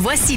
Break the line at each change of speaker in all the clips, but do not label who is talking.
Voici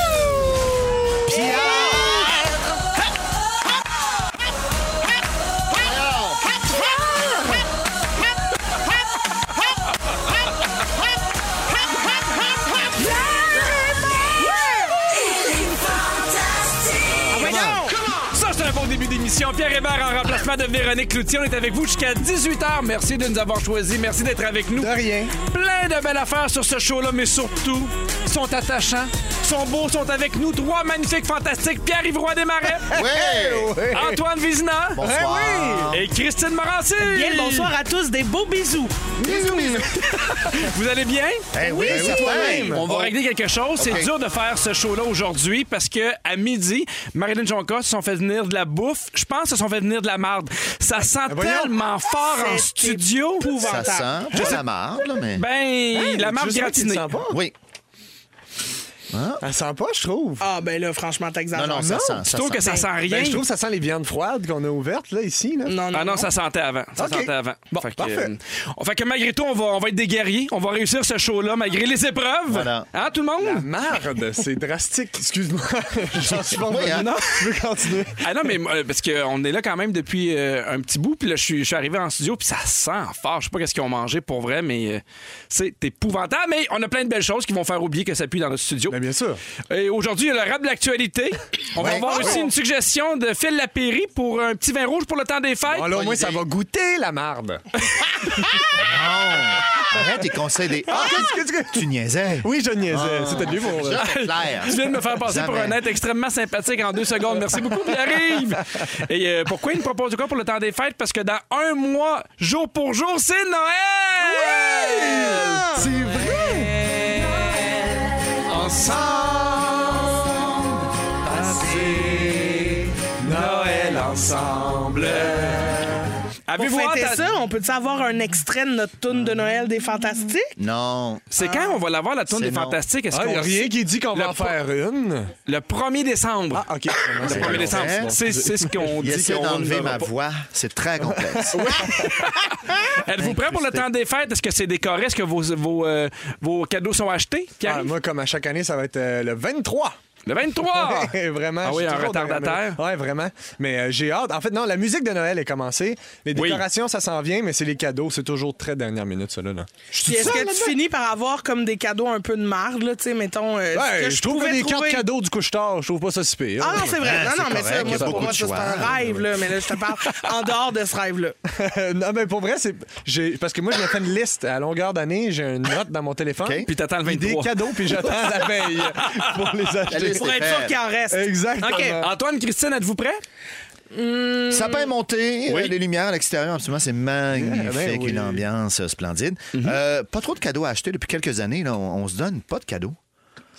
Ça, c'est un bon début d'émission. Pierre Hébert en remplacement de Véronique Cloutier. On est avec vous jusqu'à 18h. Merci de nous avoir choisis. Merci d'être avec nous.
De rien.
Plein de belles affaires sur ce show-là, mais surtout, sont attachants, sont beaux, sont avec nous. Trois magnifiques, fantastiques. Pierre-Yves Roy Desmarais,
Ouais.
Antoine Vizina Eh
Bonsoir.
et Christine Morancy.
Eh Bien le bonsoir à tous, des beaux bisous.
Bisous, bisous.
Vous allez bien?
Eh oui, c'est toi-même.
On va régler quelque chose. C'est
Ok.
dur de faire ce show-là aujourd'hui parce que à midi, Marilyn Jonca se sont fait venir de la bouffe. Je pense que se sont fait venir de la marde. Ça sent
voyons.
tellement fort en studio.
Ça sent pas la marde, là, mais...
Ben, la marde
juste toi qui le
gratinée.
sens pas.
Oui.
Elle sent pas, je trouve.
Ah, ben là, franchement,
Non,
t'exagères.
non, ça sent.
Je
Ça
trouve que
sent.
ça sent rien.
Ben, je trouve que ça sent les viandes froides qu'on a ouvertes, là, ici. Là.
non, non,
Ah non,
non.
ça sentait avant. Ça
OK.
sentait avant.
Bon,
fait, que,
parfait.
euh, on- fait que malgré tout, on va, on va être des guerriers. On va réussir ce show-là malgré les épreuves.
Voilà.
Hein, tout le monde?
Marde, c'est drastique. Excuse-moi. J'en suis pas
Oui, hein.
revenu. Je veux continuer.
Ah non, mais euh, parce qu'on est là quand même depuis euh, un petit bout, puis là, je suis, je suis arrivé en studio, puis ça sent fort. Je sais pas qu'est-ce qu'ils ont mangé pour vrai, mais euh, c'est épouvantable. Mais on a plein de belles choses qui vont faire oublier que ça pue dans notre studio.
Ben, bien sûr.
Et aujourd'hui, il y a le rap de l'actualité. On va
Ouais.
avoir aussi une suggestion de Phil Lapéry pour un petit vin rouge pour le temps des fêtes.
Bon, Ah, là, au moins, ça
idée.
va goûter la marde.
Non. Arrête tes conseils des... Ah,
qu'est-ce que-
tu niaisais.
Oui, je niaisais. C'était mieux pour.
Ça, c'est clair.
Tu viens de me faire passer pour un
Jamais.
être extrêmement sympathique en deux secondes. Merci beaucoup, il arrive. Et euh, pourquoi il nous propose du quoi pour le temps des fêtes? Parce que dans un mois, jour pour jour, c'est Noël!
C'est vrai.
Pour
Avez-vous
fêter
hâte à-
ça, on peut-tu avoir un extrait de notre toune de Noël des Fantastiques?
Non.
C'est quand on va l'avoir, la tournée
C'est
des
non.
Fantastiques? Est-ce
Ah,
qu'on
y a rien
sait?
qui dit qu'on
Le
va en
pro-
faire une.
Le 1er décembre.
Ah, OK.
le 1er décembre.
longtemps.
C'est c'est ce qu'on
Il
dit.
essaie
qu'on
d'enlever
n'aura
ma
pas.
voix. C'est très complexe.
Êtes-vous prêt pour le temps des fêtes? Est-ce que c'est décoré? Est-ce que vos, vos, euh, vos cadeaux sont achetés? Pierre?
Ah, moi, comme à chaque année, ça va être euh, le 23.
Le 23!
vraiment.
Ah
je
oui,
suis
un
toujours dans-
retardataire.
Ouais, vraiment. Mais euh, j'ai hâte. En fait, non, la musique de Noël est commencée. Les
Oui.
décorations, ça s'en vient, mais c'est les cadeaux. C'est toujours très dernière minute, ça, là. là. Je
Puis
tout
est-ce
seul
que tu
là-dedans?
finis par avoir comme des cadeaux un peu de marde, là, tu sais, mettons. euh, ce
Ouais,
que
je, trouve que
pouvais
des
trouver-
cartes cadeaux du couche-tard, je trouve pas ça si pire.
Ah non, c'est vrai.
Ah,
Non, non,
c'est
mais
correct,
ça,
il y a
moi, pour
beaucoup
moi,
de
ça, c'est un
choix. hein.
rêve, là. Mais là, je te parle en dehors de ce rêve-là.
non, mais pour vrai, c'est. j'ai- Parce que moi, je me fais une liste à longueur d'année, j'ai une note dans mon téléphone.
OK.
Puis t'attends le
Puis des
23.
cadeaux, puis j'attends la veille pour les
La
acheter.
liste
Pour
est
être sûr
faite.
qu'il en reste.
Exactement.
OK.
Antoine, Christine, êtes-vous prêts?
Ça peut monter. euh, Les lumières à l'extérieur, absolument, c'est magnifique.
ben oui.
Une ambiance euh, splendide. Euh, pas trop de cadeaux à acheter depuis quelques années. Là, on, on se donne pas de cadeaux.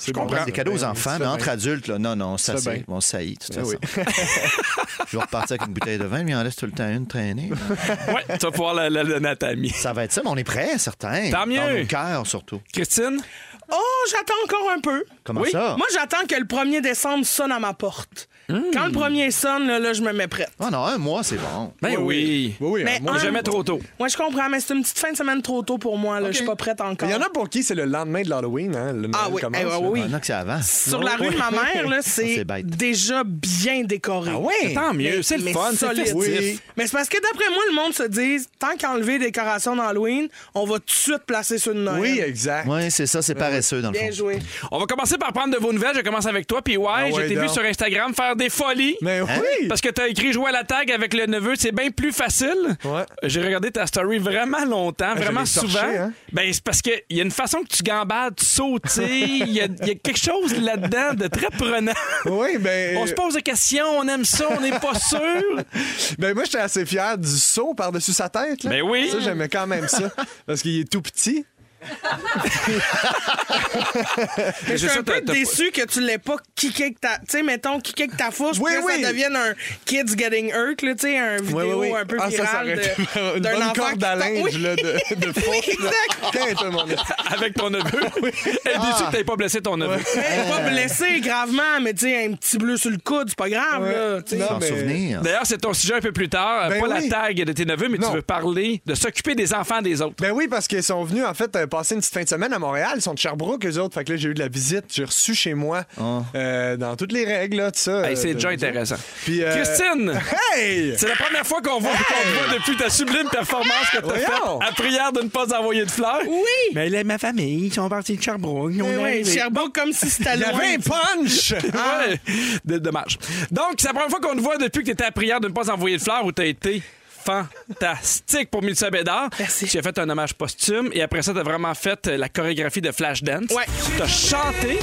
Je
On donne des
Ben
cadeaux aux enfants, mais entre adultes, là, non, non, ça
Tu fais
c'est
bien.
bon, ça y est, de toute
Ben
façon. Je vais repartir avec une bouteille de vin, mais il en reste tout le temps une traînée. là.
Ouais, tu vas pouvoir la, la donner à ta amie.
Ça va être ça, mais on est prêts, certains.
Tant mieux.
Dans nos cœurs, surtout.
Christine?
Oh, j'attends encore un peu.
Comment
Oui,
ça? Hmm.
Moi, j'attends que le 1er décembre sonne à ma porte. Quand le premier sonne, là, là, je me mets prête.
Ah non, un mois, c'est bon.
Ben oui.
Oui, oui. hein.
Mais
moi,
un-
Jamais trop tôt.
Moi, je comprends, mais c'est une petite fin de semaine trop tôt pour moi. Là. Je suis pas prête encore.
Il y en a pour qui c'est le lendemain de l'Halloween, hein? Le
Ah
Noël
oui,
commence,
eh,
là.
oui.
Maintenant que c'est avant.
Sur la rue de ma mère, là, c'est
c'est bête.
déjà bien décoré.
Ah ouais?
Tant mieux,
Mais-
c'est le
mais
fun, c'est
solide.
festif.
Oui.
Mais c'est parce que d'après moi, le monde se dit tant qu'enlever des décorations d'Halloween, on va tout de suite placer sur une Noël.
Oui, euh, exact.
Oui, c'est ça, c'est paresseux dans le
Bien
fond.
joué.
On va commencer par prendre de vos nouvelles. Je commence avec toi, puis ouais, je
Ah ouais,
t'ai vu
donc.
sur Instagram faire des folies.
Mais
Hein?
oui!
Parce que t'as écrit jouer à la tag avec le neveu, c'est bien plus facile.
Ouais.
J'ai regardé ta story vraiment longtemps, vraiment
l'ai
souvent.
torché, hein.
Ben c'est parce que il y a une façon que tu gambades, tu sautilles, il y, a il y a quelque chose là-dedans de très prenant.
Oui, ben.
On se pose des questions, on aime ça, on n'est pas sûr.
Ben moi, j'étais assez fier du saut par-dessus sa tête. Là.
Ben oui.
Ça, j'aimais quand même ça. parce qu'il est tout petit.
Mais je suis
ça,
un
t'as-
peu
t'as pas-
déçu que tu l'aies pas kické que ta. Tu sais, mettons, kické que ta fourche,
Oui,
puis que
oui.
ça devienne un Kids Getting Hurt, là, tu sais, un vidéo
oui, oui.
un peu
Ah, ça, ça
virale
aurait été
de-
une
d'un
bonne
enfant.
corde à
qui tombe-
linge
Oui. Ah,
là, de, de fourche.
Exact.
Tiens, tout le monde.
Avec ton neveu. Elle est
Ah.
déçue que t'aies pas blessé ton neveu.
Mais pas blessé gravement, mais tu sais, un petit bleu sur le coude, c'est pas grave, là. tu sais.
Non,
S'en
mais-
souvenir.
D'ailleurs, c'est ton sujet un peu plus tard.
Ben
pas
oui.
la tag de tes neveux, mais
Non.
tu veux parler de s'occuper des enfants des autres.
Ben oui, parce qu'ils sont venus, en fait, euh, passer une petite fin de semaine à Montréal. Ils sont de Sherbrooke, eux autres. Fait que là, j'ai eu de la visite. J'ai reçu chez moi,
Ah.
euh, dans toutes les règles, là, tout ça.
Hey,
euh,
c'est
de-
déjà
de-
intéressant.
Puis, euh,
Christine!
Hey!
C'est la première fois qu'on voit, qu'on te voit depuis ta sublime performance que t'as
Voyons!
faite à prière de ne pas envoyer de fleurs.
Oui!
Mais là, ma famille, ils sont partis de Sherbrooke.
Mais oui, Sherbrooke comme si c'était
Il y
loin.
avait un punch!
Ah!
Ouais. D- Dommage. Donc, c'est la première fois qu'on te voit depuis que tu étais à prière de ne pas envoyer de fleurs où tu as été fantastique pour Milsa Bédard.
Merci.
Tu as fait un hommage posthume et après ça, tu as vraiment fait euh, la chorégraphie de Flashdance.
Ouais.
Tu as chanté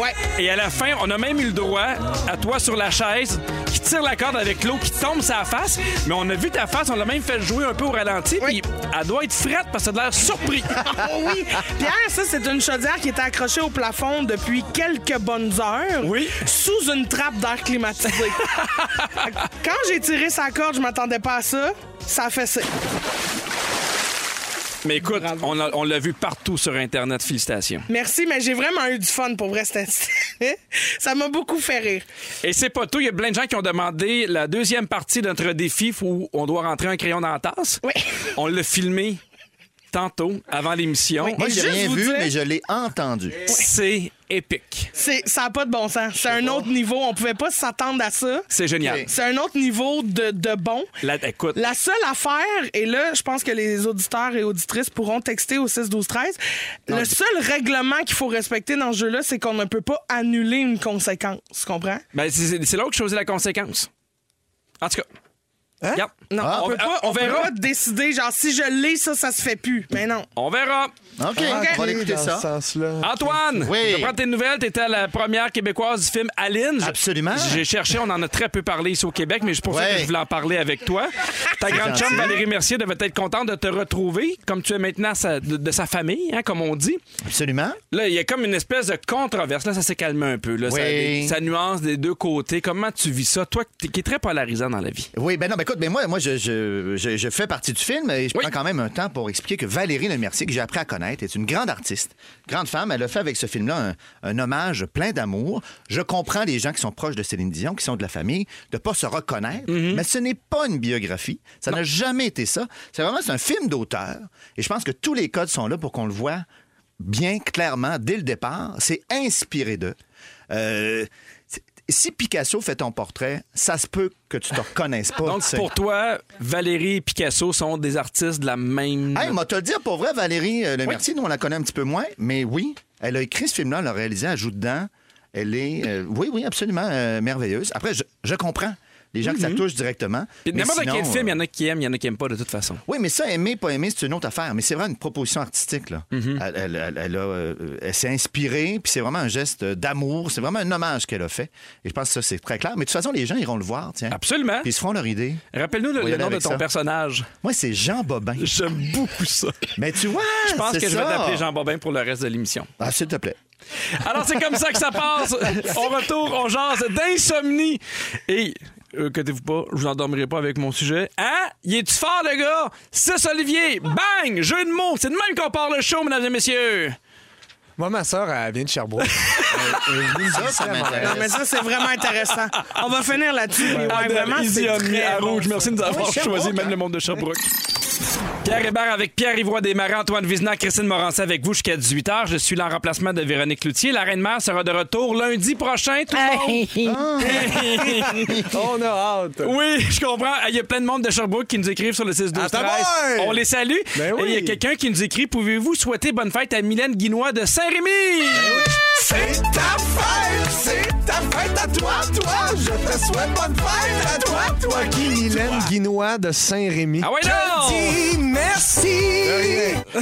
Ouais.
et à la fin, on a même eu le droit à toi sur la chaise qui tire la corde avec l'eau qui tombe sa face. Mais on a vu ta face, on l'a même fait jouer un peu au ralenti.
Oui.
Puis elle doit être frette parce que ça a l'air surpris.
Oh oui! Pierre, ça, c'est une chaudière qui était accrochée au plafond depuis quelques bonnes heures.
Oui.
Sous une trappe d'air climatisé. Fait que Quand j'ai tiré sa corde, je m'attendais pas à ça. Ça a fait ça.
Mais écoute, on l'a- on l'a vu partout sur Internet. Félicitations.
Merci, mais j'ai vraiment eu du fun pour vrai. c'était- ça m'a beaucoup fait rire.
Et c'est pas tout. Il y a plein de gens qui ont demandé la deuxième partie de notre défi où on doit rentrer un crayon dans la tasse.
Oui.
On l'a filmé tantôt avant l'émission.
Moi,
Et
j'ai
juste
rien
vous
vu,
dire-
mais je l'ai entendu.
C'est épique.
C'est- Ça n'a pas de bon sens. C'est un autre niveau. On pouvait pas s'attendre à ça.
C'est génial.
Ok.
C'est un autre niveau de, de bon.
La, écoute,
La seule affaire, et là, je pense que les auditeurs et auditrices pourront texter au 6 12 13 le seul règlement qu'il faut respecter dans ce jeu-là, c'est qu'on ne peut pas annuler une conséquence. Tu comprends?
ben, c'est c'est- c'est là que je choisis la conséquence. En tout cas. Regarde.
Hein? Non,
Ah,
on, peut
on-
pas,
on
on
verra.
verra décider, genre, si je l'ai, ça, ça se fait plus. Mais non.
On verra.
OK,
Ah,
on va écouter
dans
ça.
ce sens-là.
Antoine,
Oui.
je prends tes nouvelles. T'étais la première québécoise du film Aline. Je-
Absolument.
J'ai cherché, on en a très peu parlé ici au Québec, mais c'est pour ça
Ouais.
que je voulais en parler avec toi. Ta grande
gentil.
chum, Valérie Mercier, devait être contente de te retrouver, comme tu es maintenant sa- de, de sa famille, hein, comme on dit.
Absolument.
Là, il y a comme une espèce de controverse. Là, ça s'est calmé un peu. Là. Ça, a
Oui.
des- ça nuance des deux côtés. Comment tu vis ça, toi, qui qui est très polarisant dans la vie?
Oui, ben non, ben écoute, ben moi, moi je, je, je, je fais partie du film et je
Oui.
prends quand même un temps pour expliquer que Valérie Lemercier, que j'ai appris à connaître, est une grande artiste, grande femme. Elle a fait avec ce film-là un, un hommage plein d'amour. Je comprends les gens qui sont proches de Céline Dion, qui sont de la famille, de pas se reconnaître, mais ce n'est pas une biographie. Ça n'a jamais été ça. C'est vraiment c'est un film d'auteur et je pense que tous les codes sont là pour qu'on le voit bien clairement dès le départ. C'est inspiré d'eux. Euh, c'est- si Picasso fait ton portrait, ça se peut que tu te reconnaisses pas.
Donc,
tu sais.
pour toi, Valérie et Picasso sont des artistes de la même.
Hey, moi, te le dire, pour vrai, Valérie euh, Lemercier, nous, on la connaît un petit peu moins, mais oui, elle a écrit ce film-là, elle l'a réalisé, elle joue dedans. Elle est, euh, oui, oui, absolument euh, merveilleuse. Après, je, je comprends les gens que ça touche directement.
Mhm. Puis
mais
N'importe
sinon,
quel film, il y
euh,
en a qui aiment, il y en a qui aiment pas de toute façon.
Oui, mais ça, aimer, pas aimer, c'est une autre affaire. Mais c'est vraiment une proposition artistique. Là.
Mhm.
Elle, elle- elle- elle a, euh, elle s'est inspirée, puis c'est vraiment un geste euh, d'amour. C'est vraiment un hommage qu'elle a fait. Et je pense que ça, c'est très clair. Mais de toute façon, les gens iront le voir, tiens.
Absolument.
Puis ils se feront leur idée.
Rappelle-nous le,
On va y
le
aller
nom de
avec
ton
ça.
personnage.
Moi, c'est Jean Bobin.
J'aime beaucoup ça.
Mais tu vois,
Je pense que
c'est
je vais
ça.
t'appeler Jean Bobin pour le reste de l'émission.
Ah, s'il te plaît.
Alors, c'est comme ça que ça passe. On retourne, on jase d'insomnie. Et, euh, inquiétez-vous pas, je vous endormirai pas avec mon sujet. Hein? Y est-tu fort, le gars? C'est Olivier. Bang! Jeu de mots. C'est de même qu'on part le show, mesdames et messieurs.
Moi, ma soeur, elle vient de Sherbrooke. Elle- elle est venue
Ça, ça
ici à Montréal.
m'intéresse.
Non, mais ça, c'est vraiment intéressant. On va finir là-dessus. mais ouais,
Adam
Ah, vraiment,
Easy
c'est
Omni
très
à
bon,
Rouge.
ça.
Merci de nous avoir
Ouais, Sherbrooke,
choisi, même
hein.
le monde de Sherbrooke. Pierre Hébert avec Pierre Ivoire Desmarais, Antoine Vizna, Christine Morancy avec vous jusqu'à 18h. Je suis là en remplacement de Véronique Loutier. La Reine-Mère sera de retour lundi prochain, tout le monde.
On a hâte.
Oui, je comprends. Il y a plein de monde de Sherbrooke qui nous écrivent sur le 6 12 13.
Ah, ben ouais!
On les salue.
Ben oui.
Et il y a quelqu'un qui nous écrit Pouvez-vous souhaiter bonne fête à Mylène Guinois de Saint-Rémy
C'est ta fête, c'est ta fête à toi, toi. Je te souhaite bonne fête à toi, toi. Qui Mylène Guinois de Saint-Rémy.
Ah ouais, non
Dis merci.
Je veux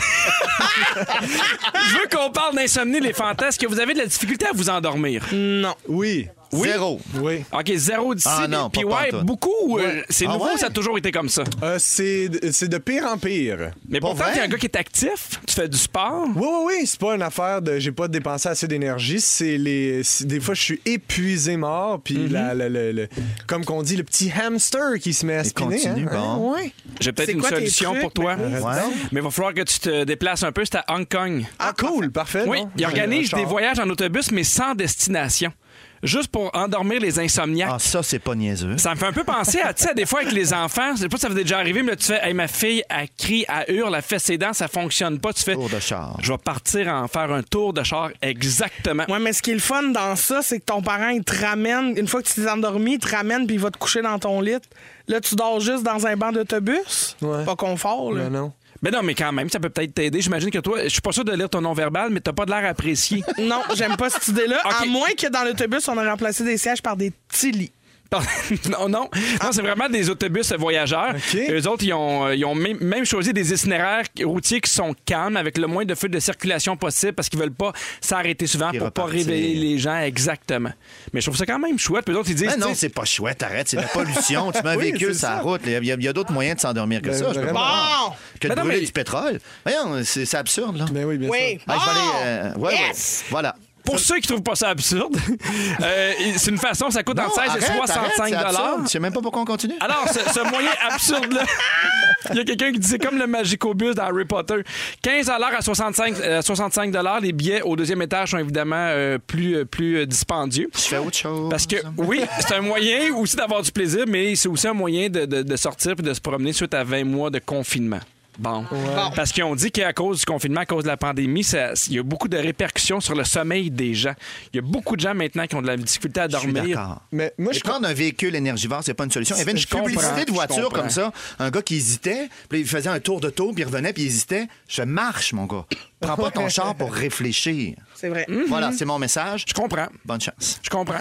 qu'on parle d'insomnie, les fantasmes, que vous avez de la difficulté à vous endormir.
Oui.
Oui.
Zéro.
Oui.
OK, zéro d'ici.
Ah non, pas
Puis
pantoute.
ouais, beaucoup. ou, euh,
Ouais.
C'est
Ah
nouveau,
ouais?
ça a toujours été comme ça.
Euh, c'est c'est de pire en pire.
Mais
Pas
pourtant,
vrai?
il y a un gars qui est actif, tu fais du sport.
Oui, oui, oui, c'est pas une affaire de j'ai pas dépensé assez d'énergie. C'est les. c'est- Des fois, je suis épuisé mort, puis
Mm-hmm.
la- la- la- le- comme qu'on dit, le petit hamster qui se met à spinner.
continue,
hein.
bon.
Ouais, ouais.
J'ai peut-être
C'est
une
quoi tes
solution
trucs,
pour toi.
Arrête
Ben, Ouais.
donc.
Mais il va falloir que tu te déplaces un peu. C'est à Hong Kong.
Ah, cool, parfait.
Oui,
non?
il organise
J'ai un
des
char.
voyages en autobus, mais sans destination. Juste pour endormir les insomniaques.
Ah, ça, c'est pas niaiseux.
Ça me fait un peu penser à, tu sais, à des fois avec les enfants, je sais pas si ça vous est déjà arrivé, mais là, tu fais, hey, ma fille, elle crie, elle hurle, elle fait ses dents, ça fonctionne pas. Tu fais,
Tour de char.
je vais partir en faire un tour de char exactement.
Ouais, mais ce qui est le fun dans ça, c'est que ton parent, il te ramène, une fois que tu t'es endormi, il te ramène puis il va te coucher dans ton lit. Là, tu dors juste dans un banc d'autobus.
Ouais.
Pas confort, là.
Non, non.
Mais non, mais quand même, ça peut peut-être t'aider. J'imagine que toi, je suis pas sûr de lire ton nom verbal, mais t'as pas de l'air apprécié.
Non, j'aime pas cette idée-là.
Ok.
À moins que dans l'autobus, on a remplacé des sièges par des petits lits.
Pardon. non, non. Non, c'est vraiment des autobus voyageurs.
OK.
Eux autres, ils ont, euh, ils ont même, même choisi des itinéraires routiers qui sont calmes, avec le moins de feux de circulation possible, parce qu'ils veulent pas s'arrêter souvent
Puis
pour pas
repartir.
réveiller les gens exactement. Mais je trouve ça quand même chouette. Puis Eux autres, ils disent.
Ah non,
tu sais,
c'est pas chouette, arrête, c'est de la pollution. tu mets un
Oui,
véhicule
c'est
sur la
ça.
route. Il y a- il y a, d'autres moyens de s'endormir que
Ben,
ça. Je peux
vraiment.
pas
Bon!
Que de
Mais Ben non,
brûler
mais-
du pétrole. Voyons, c'est c'est absurde, là.
Ben oui, bien
Oui.
sûr.
Ah, je vais
Bon!
aller, euh, ouais, ouais.
Yes!
Voilà.
Pour ceux qui trouvent pas ça absurde, euh, c'est une façon, ça coûte
Non,
entre 16
Oh, arrête,
et
arrête,
65
c'est absurde.
dollars.
Je sais même pas pourquoi on continue.
Alors, ce, ce moyen absurde-là, il y a quelqu'un qui dit c'est comme le Magicobus dans Harry Potter. 15 à 65, euh, 65 les billets au deuxième étage sont évidemment euh, plus, euh, plus euh, dispendieux.
Je fais autre chose.
Parce que, oui, c'est un moyen aussi d'avoir du plaisir, mais c'est aussi un moyen de, de- de sortir et de se promener suite à 20 mois de confinement. Bon. Parce qu'on dit qu'à cause du confinement, à cause de la pandémie, ça- il y a beaucoup de répercussions sur le sommeil des gens. Il y a beaucoup de gens maintenant qui ont de la difficulté à
Je suis
dormir.
d'accord.
Mais moi,
Mais
je
prendre un véhicule énergivore, c'est pas une solution. Il y avait une
Je comprends,
publicité de
je
voiture
comprends.
comme ça. Un gars qui hésitait, puis il faisait un tour de tour, puis il revenait, puis il hésitait. Je marche, mon gars. Prends pas ton char pour réfléchir.
C'est vrai.
Voilà, c'est mon message.
Je comprends.
Bonne chance.
Je comprends.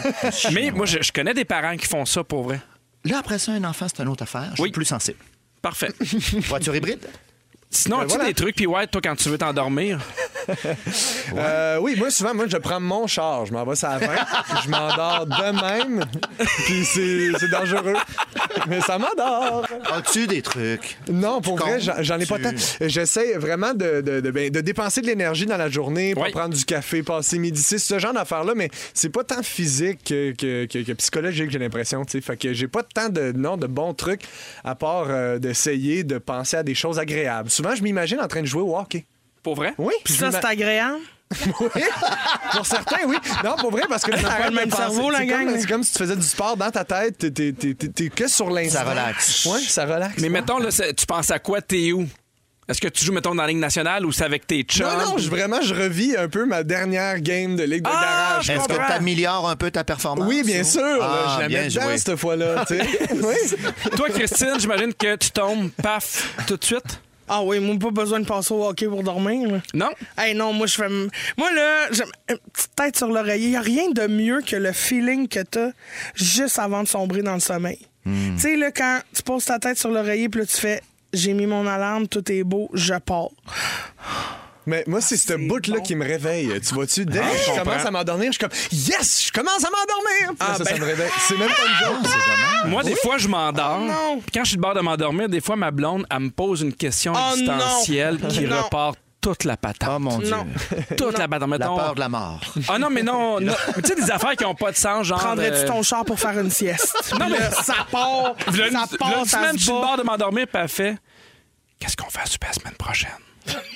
Mais moi, je, je connais des parents qui font ça pour vrai.
Là, après ça, un enfant, c'est une autre affaire. Je suis
Oui.
plus sensible.
Parfait.
Voiture hybride?
Sinon, as-tu
voilà.
des trucs, puis ouais, toi, quand tu veux t'endormir,
Euh, oui, moi, souvent, moi, je prends mon char. Je m'en vais sur la 20. je m'endors de même. Puis c'est c'est dangereux. Mais ça m'endort.
As-tu des trucs?
Non, pour
Tu
vrai,
comptes,
j'en j'en ai pas
tu-
tant. J'essaie vraiment de, de, de- ben, de dépenser de l'énergie dans la journée, pas
Oui.
prendre du café, passer midi 6, ce genre d'affaires-là, mais c'est pas tant physique que, que- que- que psychologique, j'ai l'impression. tu sais. Fait que j'ai pas tant de, non, de bons trucs à part euh, d'essayer de penser à des choses agréables. Souvent, je m'imagine en train de jouer au hockey.
pour vrai?
Oui,
Puis
je
ça,
m'ima-
c'est agréable.
oui. Pour certains, oui. Non, pour vrai, parce que là,
pas le même cerveau, la
c'est comme-
gang.
C'est comme si tu faisais du sport dans ta tête. T'es- T'es t'es- t'es- t'es que sur l'instant.
Ça relaxe.
Oui, ça relaxe.
Mais mettons, là, c'est- tu penses à quoi, t'es où? Est-ce que tu joues, mettons, dans la Ligue nationale ou c'est avec tes chums?
Non, non, je- vraiment, je revis un peu ma dernière game de Ligue de
Ah,
garage.
je
Est-ce que
comprends.
tu améliores un peu ta performance?
Oui, bien sûr. là,
Ah,
je la
bien
mets dedans,
joué.
cette fois-là. tu sais. oui.
Toi, Christine, j'imagine que tu tombes, paf, tout de suite.
Ah oui, moi, pas besoin de passer au hockey pour dormir. là.
Non?
Hey non, moi je fais m- moi là, j'ai une petite tête sur l'oreiller, y a rien de mieux que le feeling que t'as juste avant de sombrer dans le sommeil.
Hmm.
Tu sais là quand tu poses ta tête sur l'oreiller puis là tu fais j'ai mis mon alarme, tout est beau, je pars.
Mais moi, c'est ce
c'est
bout-là
bon.
qui me réveille. Tu vois-tu, dès que je
comprends.
commence à m'endormir, je suis comme Yes, je commence à m'endormir. Puis là,
Ah,
ça,
ben.
ça me réveille. C'est même pas une joke.
Ah, C'est dommage.
Moi, des fois, je m'endors.
non.
Puis quand je suis de bord de m'endormir, des fois, ma blonde, elle me pose une question
Oh,
existentielle
non.
qui
Non. Ah,
repart toute la patate.
Oh mon Dieu.
Non.
toute la patate.
La
Mettons,
peur de la mort.
Ah non, mais non. non. Mais Tu sais, des affaires qui n'ont pas de sens, genre.
Prendrais-tu
euh,
ton char pour faire une sieste
Non, mais-
Là, ça part,
V'là une-
ça
v'là
part,
une
ça
semaine, je
se
suis de
bat.
bord de m'endormir, puis elle fait Qu'est-ce qu'on fait à super la semaine prochaine?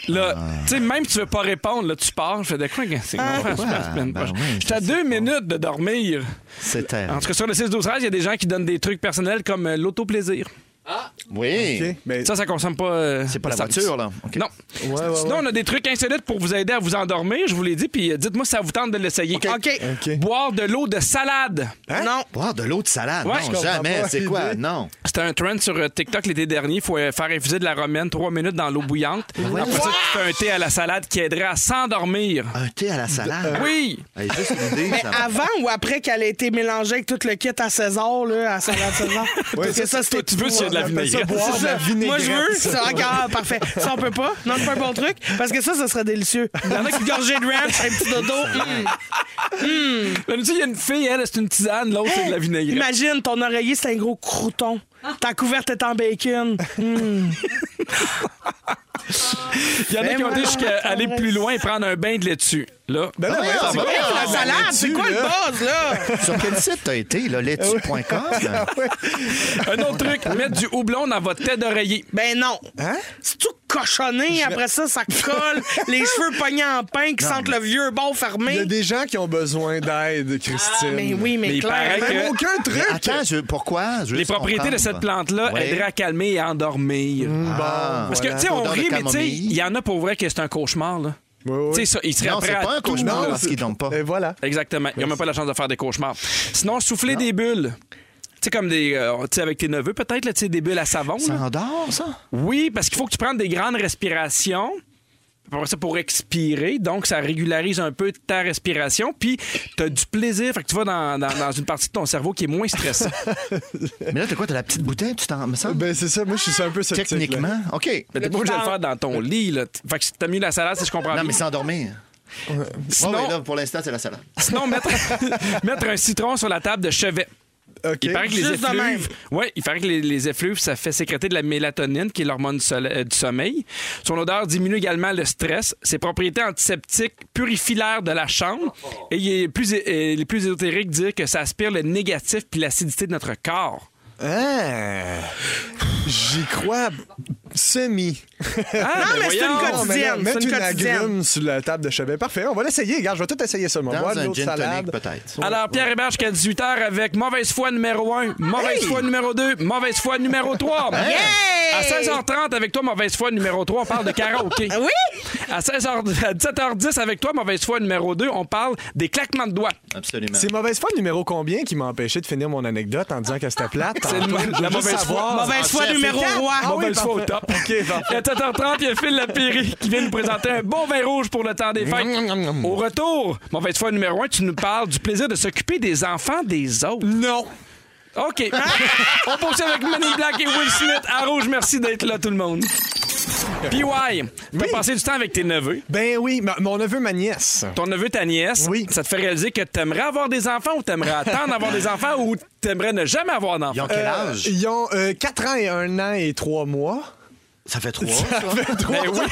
Là,
Ah.
tu sais, même si tu veux pas répondre, là, tu pars. Je fais de quoi, qu'est-ce qu'on fait à super la semaine
Ben
prochaine?
oui,
J'étais à
je Euh.
deux minutes de dormir.
C'est
En
terrible.
tout cas, sur le 6-12-13, il y a des gens qui donnent des trucs personnels comme euh, l'autoplaisir.
Oui.
OK, mais-
Ça, ça consomme pas. euh,
C'est pas la
substance.
voiture, là. OK.
Non.
Ouais, ouais,
Sinon, on a des trucs insolites pour vous aider à vous endormir, je vous l'ai dit, puis euh, dites-moi si ça vous tente de l'essayer.
OK.
OK.
Boire de l'eau de salade.
Hein?
Non.
Boire de l'eau de salade.
Ouais, je
non,
comprends
jamais.
pas
C'est quoi?
l'idée.
Non.
C'était un trend sur euh, TikTok l'été dernier. Il faut euh, faire infuser de la romaine trois minutes dans l'eau bouillante.
Ben
Après ça, tu fais un thé à la salade qui aiderait à s'endormir.
Un thé à la salade.
Oui!
Hey, juste une idée.
Mais
ça va.
avant ou après qu'elle ait été mélangée avec tout le kit à César, là, à Salade César? Parce que
ça,
ça,
Toi,
c'était
tu veux, s'il y a de la
appelle ça
vinaigrette.
boire de la
Moi,
vinaigrette.
je veux. Ça, ah, parfait. Ça, on peut pas. Non, c'est pas un bon truc. Parce que ça, ça serait délicieux. Il y en a qui gorgée de ranch, un petit dodo. hum.
Là, tu sais, Ben, il y a une fille, elle, c'est une tisane, l'autre, c'est de la vinaigrette.
Imagine, ton oreiller, c'est un gros crouton. Ta couverte est en bacon. Hum.
Il y en a qui ont été jusqu'à aller plus loin et prendre un bain de laitue. Là,
Ah, Ben là,
Ah, ah,
voyons, c'est
bah,
quoi
ah, bah,
la
La salade, c'est quoi le
là?
buzz, là?
Sur quel site t'as été, là? laitue.com?
un autre truc, mettre du houblon dans votre tête d'oreiller.
Ben non.
Hein?
C'est tout cochonné. Après ça, ça colle. les cheveux pognés en pain qui sentent le vieux bon
Il y a
fermé. Ah,
des gens qui ont besoin d'aide, Christine.
Mais oui, mais,
Mais il paraît
clairement.
que-
Même aucun truc.
Attends, je- pourquoi? Je veux
Les
juste
propriétés de
comprendre.
cette plante-là
Ouais.
aideraient à calmer et à endormir.
Mmh.
Ah,
Parce que,
voilà.
tu sais, on
Odeur de
rit, mais tu sais,
camomille.
il y en a pour vrai que c'est un cauchemar, là.
Oui, oui.
Tu sais, ça, il serait
Non,
prêt
c'est
à
pas un
tout.
cauchemar
Non,
parce
c'est-
qu'ils dorment pas.
Et voilà.
Exactement. Ils n'ont même pas la chance de faire des cauchemars. Sinon, souffler des bulles. Tu sais, comme des. euh, tu sais, avec tes neveux, peut-être, là, tu sais, des bulles à savon.
Ça
là.
endort, ça?
Oui, parce qu'il faut que tu prennes des grandes respirations. Après ça, pour expirer, donc ça régularise un peu ta respiration, puis tu as du plaisir, fait que tu vas dans, dans- dans une partie de ton cerveau qui est moins stressée.
Mais là, t'as quoi? T'as la petite bouteille, tu t'en... me semble?
Ben c'est ça, moi je suis un peu sceptique. là.
Techniquement, OK.
Mais t'es pas obligé de le faire dans ton lit, là. Fait que t'as mis la salade, si je comprends
Non,
bien.
mais s'endormir.
Sinon,
Ouais, ouais, là, pour l'instant, c'est la salade.
sinon, mettre, mettre un citron sur la table de chevet.
OK.
Il paraît que les
Juste de même.
effluves, ouais, il paraît que les, les effluves, ça fait sécréter de la mélatonine, qui est l'hormone du, sole- euh, du sommeil. Son odeur diminue également le stress. Ses propriétés antiseptiques purifient l'air de la chambre. Et il est plus, é- euh, les plus ésotériques dire que ça aspire le négatif puis l'acidité de notre corps.
Ah, J'y crois semi.
Ah,
Non,
ben
mais c'est une coquille.
voyons.
Non, mais là,
Quotidienne,
Mettre
c'est une
une
quotidienne.
agrume sur la table de chevet. Parfait, on va l'essayer. Regarde, je vais tout essayer seulement.
Dans
Boire de
un
l'eau de
gin
salade.
tonic, peut-être.
Alors, Pierre Hébert jusqu'à 18h avec Mauvaise foi numéro 1, Mauvaise foi numéro 2, Mauvaise foi numéro 3. À 16h30 avec toi, Mauvaise foi numéro 3, on parle de karaoké.
Ah Oui!
À, 16h, à 17h10 avec toi, Mauvaise foi numéro 2, on parle des claquements de doigts.
Absolument.
C'est mauvaise foi numéro combien qui m'a empêché de finir mon anecdote en disant que c'était plate?
C'est
tantôt?
la
Je veux juste
mauvaise foi.
savoir.
Mauvaise foi numéro roi.
Ah oui,
Mauvaise foi au
parfait.
top.
OK,
Et
parfait.
à 7h30, il y a Phil Lapéry qui vient nous présenter un bon vin rouge pour le temps des fêtes. Au retour, mauvaise foi numéro 1, tu nous parles du plaisir de s'occuper des enfants des autres.
Non.
OK. On poursuit avec Manny Black et Will Smith à Rouge. Merci d'être là, tout le monde. PY, t'as passé du temps avec tes neveux.
Ben oui, ma- mon neveu, ma nièce.
Ton neveu, ta nièce,
Oui.
ça te fait réaliser que t'aimerais avoir des enfants ou t'aimerais attendre d'avoir des enfants ou t'aimerais ne jamais avoir
Ils
d'enfants.
ont quel
Euh,
âge?
ils ont 4 ans et 1 an et 3 mois.
Ça fait trois, ça.
Trois
Ben oui.
ans.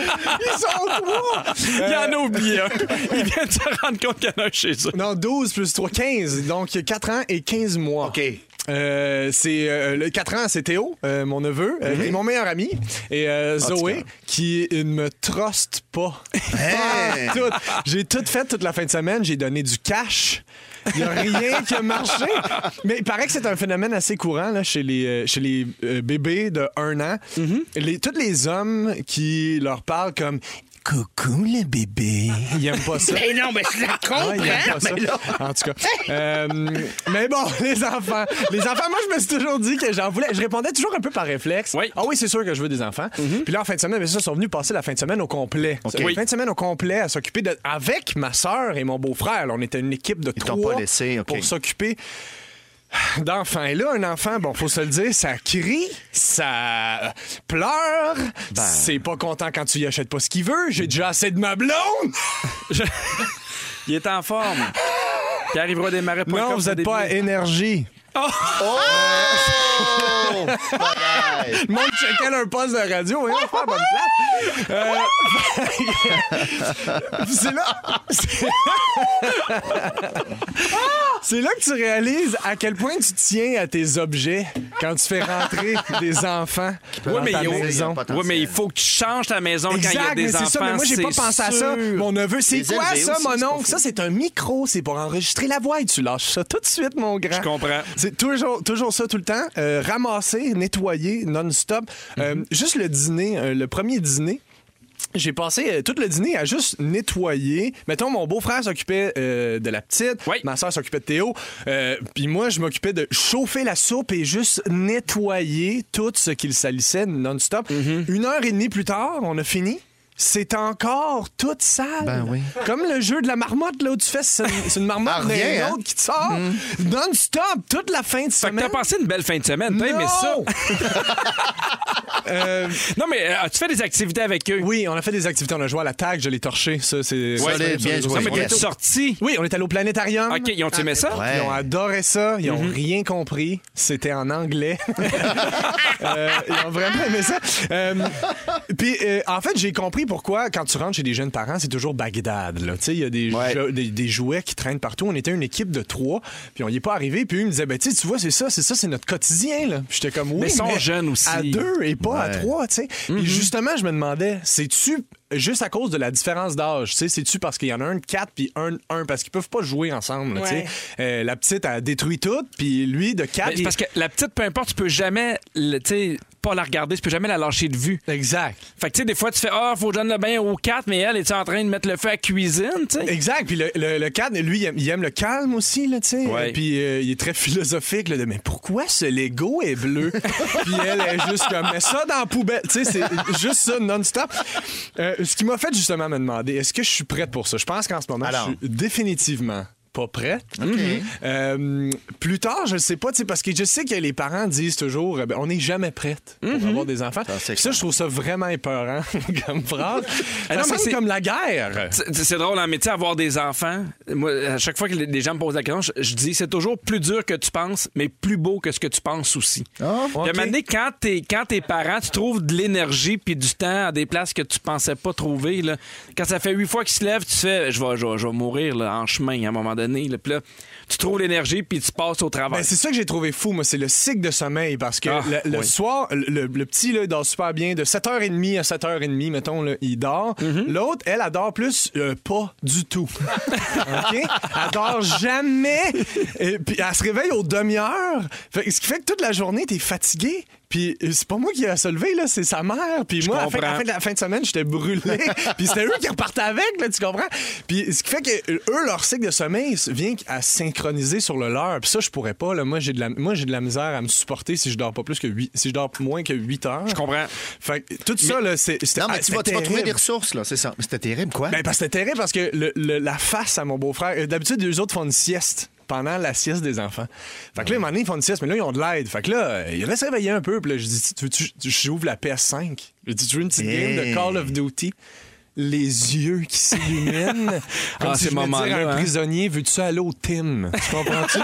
Ils sont trois!
Il y en a
Euh.
oublié un. Ils viennent de se rendre compte qu'il y en a un chez eux.
Non, 12 plus 3, 15. Donc, 4 ans et 15 mois.
OK.
Euh, c'est euh, le 4 ans, c'est Théo, euh, mon neveu, euh, et mon meilleur ami, et euh, Zoé, qui ne me truste pas. Pas tout. J'ai tout fait toute la fin de semaine, j'ai donné du cash. Il n'y a rien qui a marché. Mais il paraît que c'est un phénomène assez courant là, chez les, euh, chez les euh, bébés de 1 an. les, tous les hommes qui leur parlent comme Coucou le bébé. Ils n'aiment pas ça.
Ben non, mais je la
Ah, il aime
comprends.
pas ça. En tout cas. Euh, mais bon, les enfants. Les enfants, moi, je me suis toujours dit que j'en voulais. Je répondais toujours un peu par réflexe.
Oui.
Ah oui, c'est sûr que je veux des enfants. Puis là, en fin de semaine, mais ça, ils sont venus passer la fin de semaine au complet.
Mm-hmm. OK.
La
Oui.
Fin de semaine au complet à s'occuper de. Avec ma sœur et mon beau-frère. là, on était une équipe de
Ils t'ont
trois.
pas laissé, OK.
Pour s'occuper d'enfants. Et là, un enfant, bon, faut se le dire, ça crie, ça euh, pleure,
Ben.
c'est pas content quand tu lui achètes pas ce qu'il veut, j'ai déjà assez de ma blonde!
Je- Il est en forme. Pierre arrivera des marais.
Non, vous n'êtes pas à énergie.
Oh! Bye-bye.
Le monde checkait leur poste de radio. Voyons, faire bonne place. Euh, c'est là. c'est- C'est là que tu réalises à quel point tu tiens à tes objets quand tu fais rentrer des enfants dans
mais
ta
il y a-
maison.
Oui, mais il faut que tu changes ta maison quand il y a
Exact,
des
mais c'est
enfants.
ça. Mais moi, j'ai pas
c'est
pensé à ça.
sûr.
Mon neveu, c'est
Les
quoi
élever
ça,
aussi, c'est
mon
pas
oncle? Ça, c'est un micro. C'est pour enregistrer la voix. Et tu lâches ça tout de suite, mon grand.
Je comprends.
C'est toujours, toujours ça tout le temps. Euh, ramasser, nettoyer non-stop. Euh,
Mm-hmm.
juste le dîner, euh, le premier dîner. J'ai passé euh, tout le dîner à juste nettoyer. Mettons, mon beau-frère s'occupait euh, de la petite,
Oui.
ma soeur s'occupait de Théo, euh, puis moi, je m'occupais de chauffer la soupe et juste
Mm-hmm.
nettoyer tout ce qu'il salissait non-stop. Une heure et demie plus tard, on a fini. c'est encore toute sale.
Ben oui.
Comme le jeu de la marmotte, là, où tu fais, c'est une, c'est une
Ah,
marmotte d'un
rien, hein? Mm.
autre qui te sort non-stop toute la fin de
Fait que
semaine.
t'as passé une belle fin de semaine, t'as aimé ça.
Non! Euh,
Non, mais euh, tu fais des activités avec eux.
oui, on a fait des activités, on a joué à la tag, je l'ai torché. Ça, c'est. ça,
Solide,
c'est-
bien
c'est-
joué.
Non, mais
on
t'es
est-
sorti.
Oui, on est allé au planétarium.
OK, ils ont aimé ça?
Ouais.
Ils ont adoré ça, ils ont rien compris, c'était en anglais. Euh, ils ont vraiment aimé ça. Euh, Puis, euh, en fait, j'ai compris pourquoi, quand tu rentres chez des jeunes parents, c'est toujours Bagdad. là. Tu sais, il y a des,
Ouais.
jeux- des, des jouets qui traînent partout. On était une équipe de trois, puis on n'y est pas arrivé. Puis, eux, ils me disaient, ben, tu sais, tu vois, c'est ça, c'est ça, c'est notre quotidien. là. Puis, j'étais comme, oui,
ils sont jeunes aussi.
À deux et pas à trois, tu sais. Puis, justement, je me demandais, c'est-tu juste à cause de la différence d'âge? Tu sais, c'est-tu parce qu'il y en a un de quatre, puis un de un, parce qu'ils peuvent pas jouer ensemble, là, tu sais?
Ouais.
Euh, la petite a détruit tout, puis lui de 4.
Ben, c'est parce que la petite, peu importe, tu peux jamais le- tu sais, pas la regarder, tu peux jamais la lâcher de vue.
Exact.
Fait que tu sais, des fois, tu fais Ah, faut que je donne le bain aux quatre, mais elle est en train de mettre le feu à la cuisine, tu sais.
Exact. Puis le, le, le cadre, lui, il aime, il aime le calme aussi, là, tu sais.
Ouais.
Puis euh, il est très philosophique, là, de mais pourquoi ce Lego est bleu? Puis elle est juste comme, mais ça dans la poubelle. Tu sais, c'est juste ça non-stop. Euh, ce qui m'a fait justement me demander, est-ce que je suis prête pour ça? Je pense qu'en ce moment,
Alors.
je suis définitivement pas prête. Euh, plus tard, je sais pas, tu sais, parce que je sais que les parents disent toujours, euh, ben, on n'est jamais prête pour avoir des enfants. Puis
c'est
Ça, je trouve ça vraiment épeurant comme phrase.
Ah, non,
Ça
mais
sonne
c'est-
comme la guerre.
C'est- C'est drôle hein, en métier, avoir des enfants. Moi, à chaque fois que les- les gens me posent la question, je, je dis c'est toujours plus dur que tu penses, mais plus beau que ce que tu penses aussi.
Ah,
Puis à un moment donné, quand t'es quand t'es parent, tu trouves de l'énergie puis du temps à des places que tu pensais pas trouver. Là. Quand ça fait huit fois qu'il se lève, tu fais je vais, je vais, je vais mourir là, en chemin à un moment donné. Là. Puis là, tu trouves l'énergie puis tu passes au travail.
Ben, c'est ça que j'ai trouvé fou, moi, c'est le cycle de sommeil. Parce que
Ah,
le, le
oui.
soir, le, le petit, là, il dort super bien. De 7h30 à 7h30, mettons, là, il dort.
Mhm.
L'autre, elle, elle dort plus euh, pas du tout. OK? Elle dort jamais. Et puis elle se réveille aux demi-heures. Fait que- Ce qui fait que toute la journée, t'es fatigué. Puis euh, c'est pas moi qui a se lever, là, c'est sa mère. Puis moi, à la fin, à la
comprends.
fin de la fin de semaine, j'étais brûlé. Puis c'était eux qui repartaient avec, là, tu comprends? Puis ce qui fait que euh, eux, leur cycle de sommeil s- vient à synchroniser sur le leur. Puis ça, je pourrais pas. Là. Moi, j'ai de la, moi, j'ai de la misère à me supporter si je dors pas plus que 8, si je dors moins que 8 heures.
Je comprends.
Fait que tout ça, là, c'est. c'était-
Non, mais
ah,
tu vas,
c'était
tu vas trouver
terrible.
des ressources, là, c'est ça. Mais C'était terrible, quoi?
Ben, parce que c'était terrible parce que le- le- la face à mon beau-frère. euh, D'habitude, les autres font une sieste pendant la sieste des enfants. Fait que là, à un moment donné, ils font une sieste, mais là, ils ont de l'aide. Fait que là, euh, ils restent réveillés un peu. Puis là, je dis, tu, tu, tu- j'ouvre la PS5. Je dis, tu veux une petite game
Hey.
de Call of Duty? Les yeux qui s'illuminent. Comme
Ah,
si
ces
je venais de dire à
moments-là,
un
hein.
prisonnier, veux-tu aller au Tim? Tu comprends-tu?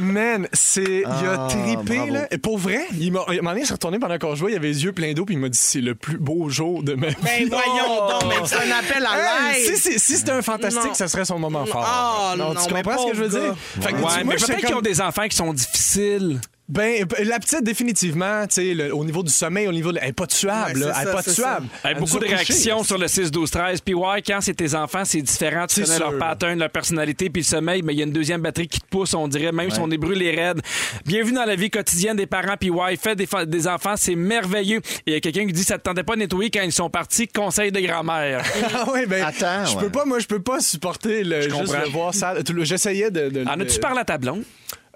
Man, c'est. Il a
Ah,
trippé,
bravo.
là. Et pour vrai, il m'a. à un moment donné, il s'est retourné pendant qu'on jouait, il avait les yeux pleins d'eau, puis il m'a dit c'est le plus beau jour de ma vie.
Ben voyons donc, mais c'est un appel à
Hey,
l'aide.
si c'est- si c'était un fantastique,
Non.
ça serait son moment fort.
Ah, non,
tu
mais
comprends ce
pauvre
que je veux dire?
gars.
Fait que
Ouais,
dis-moi,
mais
je
peut-être
sais
qu'ils ont
comme-
des enfants qui sont difficiles.
Ben, ben, la petite, définitivement, tu sais, le- au niveau du sommeil, au niveau de. Elle est pas tuable,
Ouais,
là.
c'est
Elle est
ça,
pas
c'est
tuable.
ça.
Hey,
Elle nous
beaucoup
a
de
couchés,
réactions
là.
sur le 6-12-13. Puis ouais, quand c'est tes enfants, c'est différent. Tu
C'est
connais leur
sûr.
pattern, leur personnalité, puis le sommeil, mais il y a une deuxième batterie qui te pousse, on dirait, même si on est brûlé raide. Bienvenue dans la vie quotidienne des parents, puis ouais, faites des, fa- des enfants, c'est merveilleux. Et il y a quelqu'un qui dit, ça te tentait pas de nettoyer quand ils sont partis, conseil de grand-mère.
Ah ouais, ben,
Attends,
je
ouais.
peux pas, moi, je peux pas supporter le, juste
comprends.
le voir ça. J'essayais de. de-
en as-tu
de-
parlé à ta blonde?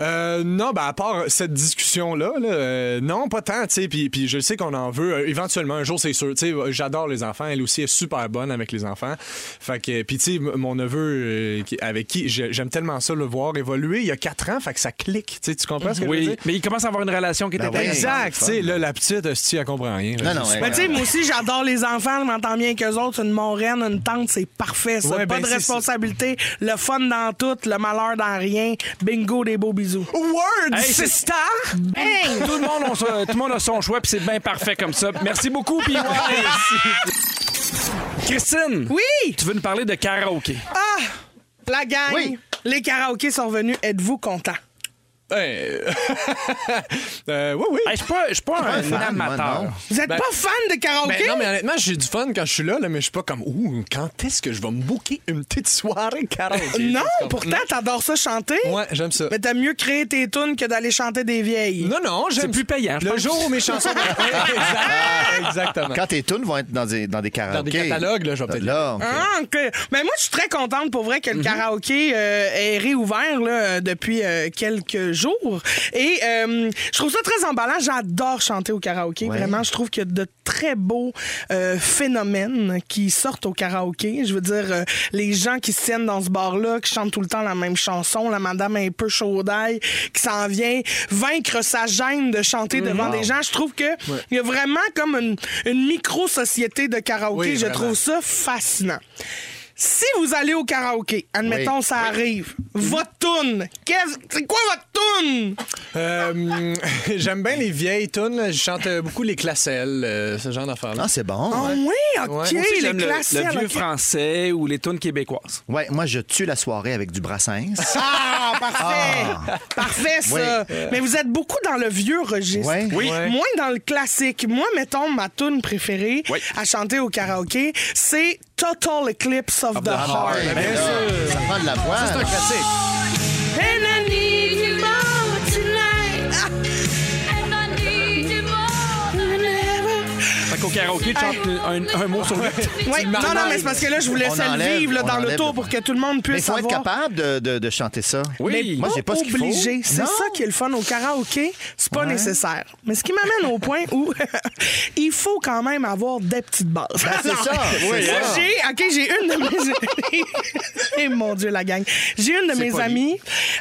Euh, non, ben, à part cette discussion-là, là, euh, non, pas tant, tu sais. Puis, puis je sais qu'on en veut. euh, éventuellement, un jour, c'est sûr. Tu sais, euh, j'adore les enfants. Elle aussi est super bonne avec les enfants. Fait que, puis tu sais, m- mon neveu, euh, qui- avec qui j'ai- j'aime tellement ça le voir évoluer, il y a quatre ans, fait que ça clique. Tu sais, tu comprends ce que je veux
Oui.
dire?
Mais ils commencent à avoir une relation qui est
Ben oui.
intéressante.
Exact, tu
c'est
sais,
fun.
là, la petite, hostie, elle comprend rien. là.
non, non,
C'est
ouais,
Ben, tu sais,
ouais.
moi aussi, j'adore les enfants. Je m'entends bien qu'eux autres. Une moraine, une tante, c'est parfait. Ça.
Ouais,
pas
ben,
de
c'est ça.
responsabilité. Le fun dans tout, le malheur dans rien. Bingo, des beaux bisous.
Word,
Hey,
c'est
c'est-
star!
Tout, le monde a son- tout le monde a son choix, puis c'est bien parfait comme ça. Merci beaucoup, puis ouais. Christine,
Oui!
tu veux nous parler de karaoké?
Ah! La gang!
Oui.
Les karaokés sont venus. Êtes-vous contents?
Euh, euh, oui, oui.
Hey, Je suis pas, je suis pas un,
fan, moi,
amateur.
non.
Vous êtes
Ben-
pas fan de karaoké?
Ben non, mais honnêtement, j'ai du fun quand je suis là, là, mais je suis pas comme, ouh, quand est-ce que je vais me booker une petite soirée karaoké?
Non,
Tu comprends?
pourtant, t'adores ça chanter.
Ouais, j'aime ça.
Mais t'as mieux créé tes tunes que d'aller chanter des vieilles.
Non, non, j'aime
C'est plus payant, je
Le
pense.
jour où mes chansons. Exact- Exactement.
Quand tes tunes vont être dans des, dans des karaokés.
catalogues, là, je vais peut-être-
Là, OK.
Ah, ok. Mais moi, je suis très contente pour vrai que le karaoké euh, est réouvert là, depuis euh, quelques jour. Et euh, je trouve ça très emballant. J'adore chanter au karaoké. Vraiment, je trouve qu'il y a de très beaux euh, phénomènes qui sortent au karaoké. Je veux dire, euh, les gens qui se tiennent dans ce bar-là, qui chantent tout le temps la même chanson, la madame un peu chaudaille, qui s'en vient vaincre sa gêne de chanter devant des gens. Je trouve que il y a vraiment comme une, une micro-société de karaoké.
Oui,
je
vraiment.
trouve ça fascinant. Si vous allez au karaoké, admettons ça arrive, votre toune, qu'est-ce- c'est quoi votre toune?
Euh, J'aime bien les vieilles tunes. là. Je chante euh, beaucoup les classelles, euh, ce genre d'affaires-là.
Ah, c'est bon.
Ah
Ouais.
oui, ok,
Ouais. Moi aussi,
Moi aussi,
les
j'aime le,
classiques.
le vieux
ok.
français ou les tunes québécoises.
Ouais, moi, je tue la soirée avec du brassens. Ah.
Ah, parfait! Parfait, ça! Mais vous êtes beaucoup dans le vieux registre.
Ouais. Ah, Oui.
Ouais.
Moins dans le classique. Moi, mettons, ma tune préférée
Oui.
à chanter au karaoké, c'est Total Eclipse of the Heart.
Ouais, Ah, mais là, Ça prend de la voix. là.
And I need you more tonight.
Fait qu'au karaoké, tu chantes un, un mot sur l'autre.
Ouais, non, non, mais c'est parce que là, je vous laissais
On
le
enlève,
vivre là,
on
dans le
enlève
tour
le-
pour que tout le monde puisse
Mais il faut être
savoir.
capable de, de- de chanter ça.
Oui.
Moi, j'ai pas ce qu'il faut.
obligé. C'est
Non.
ça qui est le fun au karaoké. C'est pas nécessaire. Mais ce qui m'amène au point où il faut quand même avoir des petites bases.
Ben, c'est
Alors,
ça, oui,
moi,
ça.
j'ai, ok, j'ai une de mes, Eh, mon Dieu la gang, j'ai une de mes
poli. Ben.
amies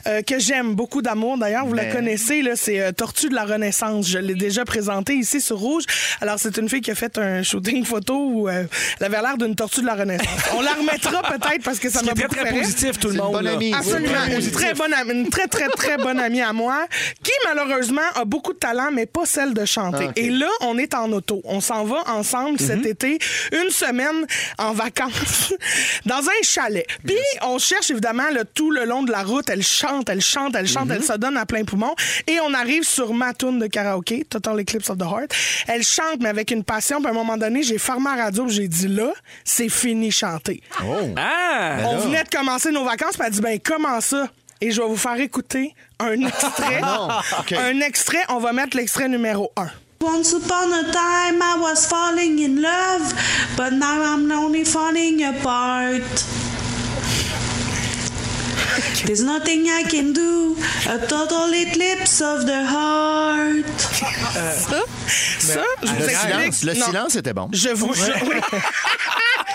euh, que j'aime beaucoup d'amour. D'ailleurs, vous la
Mais-
connaissez là, c'est euh, Tortue de la Renaissance. Je l'ai déjà présentée ici sur Rouge. Alors c'est une fille qui a fait un shooting photo où euh, elle avait l'air d'une tortue de la Renaissance. On la remettra peut-être parce que ça
Ce qui
m'a
est très,
beaucoup
très
fait rire.
positif, tout le
C'est une
monde.
bonne
là.
amie.
Absolument. Une très, bonne amie, une très, très, très bonne amie à moi, qui malheureusement a beaucoup de talent, mais pas celle de chanter.
Ah, ok. Mhm.
Et là, on est en auto. On s'en va ensemble cet été, une semaine en vacances, dans un chalet. Puis on cherche évidemment le, tout le long de la route. Elle chante, elle chante, elle
Mhm.
chante, elle se donne à plein poumon. Et on arrive sur ma tune de karaoké, Total Eclipse of the Heart. Elle chante, mais avec une passion. Puis à un moment donné, j'ai fermé la radio, puis j'ai dit là, c'est fini chanter.
Oh.
Ah!
On
là.
venait de commencer nos vacances, puis elle dit ben comment ça Et je vais vous faire écouter un extrait.
Ah non, ok.
Un extrait, on va mettre l'extrait numéro 1.
Once upon a time I was falling in love, but now I'm only falling apart. There's nothing I can do, a total eclipse of the heart.
Ça, je vous
Le
explique.
silence, le
Non.
silence était bon.
Je vous jure.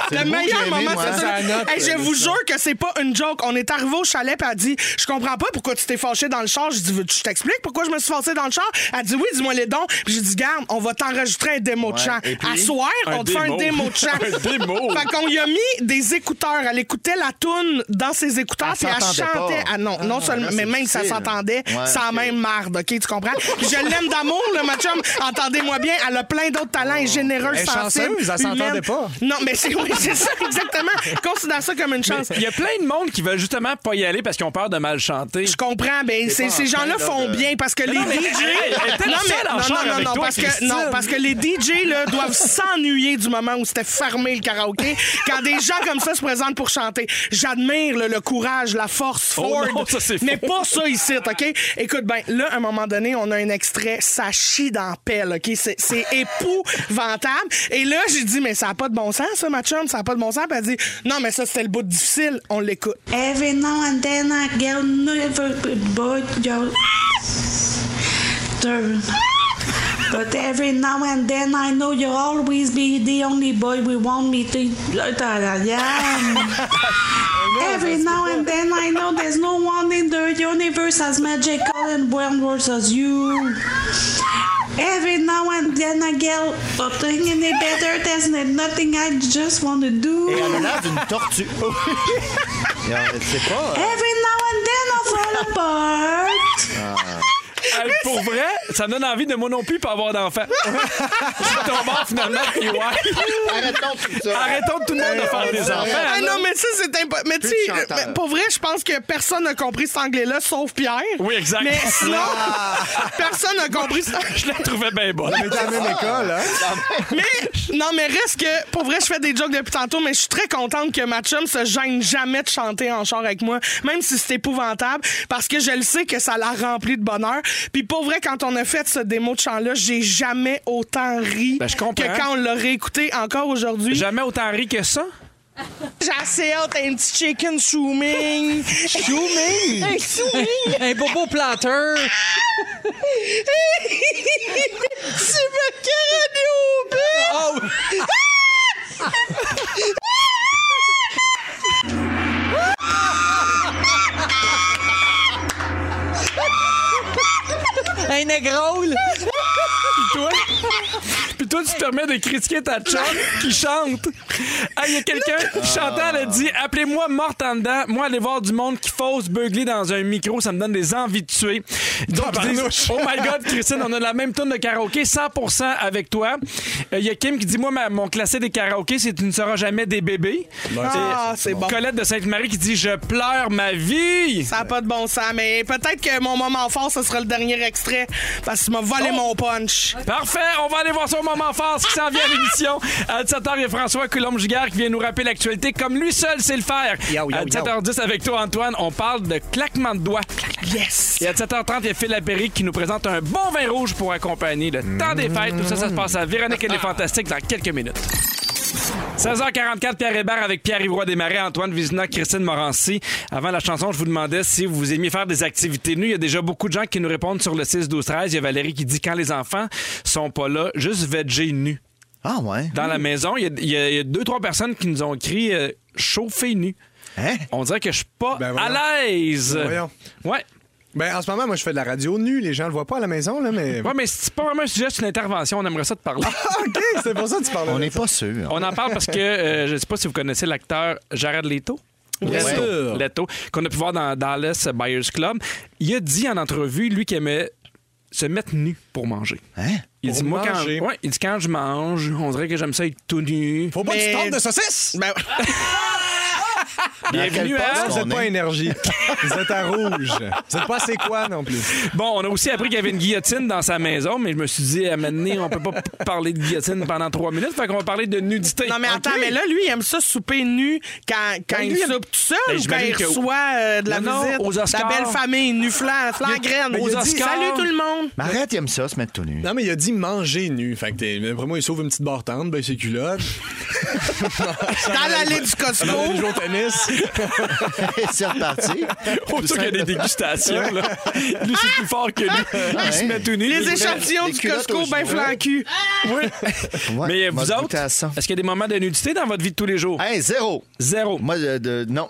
C'est
Le
le mot que
meilleur
j'ai aimé,
moment,
moi. hein.
c'est ça.
Ça note,
Hey, je
euh,
vous
ça.
jure que c'est pas une joke. On est arrivé au chalet, puis elle dit Je comprends pas pourquoi tu t'es fâché dans le char. Je dis Veux-tu que Je t'explique pourquoi je me suis fâché dans le char. Elle dit Oui, dis-moi les dons. Puis j'ai dit Garde, on va t'enregistrer un démo de
Ouais,
chant.
et puis?
À soir,
Un
on te fait un
démo.
démo de chant.
Un démo.
Fait qu'on lui a mis des écouteurs. Elle écoutait la toune dans ses écouteurs, puis
Elle
elle
s'entendait pas.
chantait. Ah non, non seulement,
là,
mais
c'est
même si ça
difficile.
s'entendait,
Ouais,
ça a
ok.
même marde, OK, tu comprends? Puis je l'aime d'amour, le chum. Entendez-moi bien, elle a plein d'autres talents, elle est généreuse,
Oh. Elle est
sensible.
chanceuse, elle s'entendait
humaine.
pas.
Non, mais c'est oui, c'est ça, exactement. Considère ça comme une chance.
Il y a plein de monde qui veulent justement pas y aller parce qu'ils ont peur de mal chanter.
Je comprends, ben, ces, ces gens-là font bien parce que les
non, mais-
DJ.
Hey, elle était
non,
toute seule en
non,
char
non, non,
avec
non,
toi,
parce que,
Christine.
non, parce que les DJ là, doivent s'ennuyer du moment où c'était fermé le karaoké quand des gens comme ça se présentent pour chanter. J'admire là, le courage, la force,
Oh
Ford.
non, ça, c'est
mais
faux.
pas ça ici, OK? Écoute, ben, là, à un moment donné, on a un extrait, ça chie dans la pelle, OK? C'est c'est épouvantable. Et là, j'ai dit, mais ça n'a pas de bon sens, ça, ma chum, ça n'a pas de bon sens. Puis elle dit, non, mais ça, c'était le bout difficile, on l'écoute.
Every now and then I get never good boy your turn. But every now and then I know you'll always be the only boy we want me to. Yeah. Every now and then I know there's no one in the universe as magical and wondrous as you. Every now and then I get nothing any better. There's nothing I just want to do.
Et elle a l'air d'une tortue. C'est pas. euh,
Every now and then I fall apart.
Hey, pour vrai, ça me donne envie de moi non plus pas avoir d'enfant. Je suis tombé en finalement. puis ouais.
Arrêtons tout ça.
Arrêtons tout le monde de faire des enfants.
Ah non, mais ça, c'est impossible. Mais tu
de
sais,
chanteur.
mais pour vrai, je pense que personne n'a compris cet anglais-là, sauf Pierre.
Oui, exact.
Mais sinon, personne n'a compris ça.
Je la trouvais bien bonne.
On est à la même école, hein?
Mais, non, mais reste que, pour vrai, je fais des jokes depuis tantôt, mais je suis très contente que ma chum se gêne jamais de chanter en char avec moi, même si c'est épouvantable, parce que je le sais que ça l'a rempli de bonheur. Puis pour vrai, quand on a fait ce démo de chant-là, j'ai jamais autant ri
Ben, je comprends.
que quand on l'a réécouté encore aujourd'hui.
Jamais autant ri que ça.
J'ai assez hâte à un petit chicken zooming.
Zooming!
un zooming!
Un bobo planteur!
tu me carenais au but!
Oh! Un aigrole!
Ah,
toi. Puis toi, tu te permets de critiquer ta chum qui chante. Ah, Il y a quelqu'un qui chantait, elle a dit Appelez-moi morte en dedans. Moi, aller voir du monde qui fausse beugler dans un micro, ça me donne des envies de tuer. Donc, ils disent, Oh my God, Christine, on a la même tonne de karaoké, 100% avec toi. Euh, Il y a Kim qui dit Moi, ma- mon classé des karaokés, c'est Tu ne seras jamais des bébés.
Ah, c'est bon.
Colette de Sainte-Marie qui dit Je pleure ma vie.
Ça n'a pas de bon sens, mais peut-être que mon moment fort, ce sera le dernier extrait parce qu'il m'a volé
Oh.
mon punch.
Parfait, on va aller voir son moment fort, ce qui s'en vient à l'émission. Euh, À 17h, il y a François Coulombe-Giguère qui vient nous rappeler l'actualité comme lui seul sait le faire. Euh,
Yo, yo,
à 17h10 avec toi, Antoine, on parle de claquement de doigts.
Yes!
Et à 17h30, il y a Phil Lapéry qui nous présente un bon vin rouge pour accompagner le temps des fêtes. Tout ça, ça se passe à Véronique et
Ah.
les Fantastiques dans quelques minutes. 16h44, Pierre Hébert avec Pierre Ivoire Desmarais, Antoine Vizina, Christine Morancy. Avant la chanson, je vous demandais si vous aimiez faire des activités nues. Il y a déjà beaucoup de gens qui nous répondent sur le 6-12-13. Il y a Valérie qui dit quand les enfants sont pas là, juste veger nu.
Ah, ouais.
Dans la
Hmm.
maison, il y a- il y, a- il y a deux, trois personnes qui nous ont écrit euh, chauffer nu.
Hein?
On dirait que je suis pas
Ben voyons.
à l'aise.
Ben voyons.
Ouais.
Ben, en ce moment, moi, je fais de la radio nue. Les gens le voient pas à la maison, là, mais.
Ouais, mais c'est pas vraiment un sujet, c'est une intervention. On aimerait ça te parler.
Ah, OK, c'est pour ça que tu parles.
On n'est pas sûr.
On en parle parce que euh, je sais pas si vous connaissez l'acteur Jared Leto.
Bien
Leto.
sûr.
Leto, qu'on a pu voir dans Dallas Buyers Club. Il a dit en entrevue, lui, qu'il aimait se mettre nu pour manger.
Hein?
Il
Pour
dit, moi, quand,
manger.
ouais, il dit, quand je mange, on dirait que j'aime ça être tout nu.
Faut pas que
Mais-
tu parles de saucisse! Ah,
Ben,
Bienvenue
quel
à...
poste?
hein? Vous
on
êtes pas
est-
énergie. Vous êtes à rouge. Vous êtes pas c'est quoi non plus.
Bon, on a aussi appris qu'il y avait une guillotine dans sa maison, mais je me suis dit, à maintenant, on peut pas p- parler de guillotine pendant trois minutes, fait qu'on va parler de nudité.
non, mais attends,
Ok.
mais là, lui, il aime ça souper nu quand, quand
Ben,
il
lui, il-
soupe tout seul
Ben,
ou quand
j'imagine
il
que-
reçoit euh, de la
Non, non,
visite.
aux Oscars.
La belle famille, nu flan, flan graine.
aux
Il a dit,
Oscars.
Salut tout le monde!
Mais arrête, il aime ça, se mettre tout nu.
Non, mais il a dit manger nu. Fait que t'es- d'après moi, il sauve une petite barre tendre, ben ses culottes.
Dans l'allée du Costco.
Oh!
Alors, il joue au tennis.
C'est reparti.
Pour ça qu'il y a des dégustations, là. Lui, c'est plus fort que lui. Il se met tout nu.
Les échantillons
les
du
culottes
Costco
aux
ben
cheveux.
flancu.
Oui.
Ouais,
Mais euh,
m'a
vous
goûté
autres,
à ça.
est-ce qu'il y a des moments de nudité dans votre vie de tous les jours?
Hey, zéro.
Zéro.
Moi, de, de- non.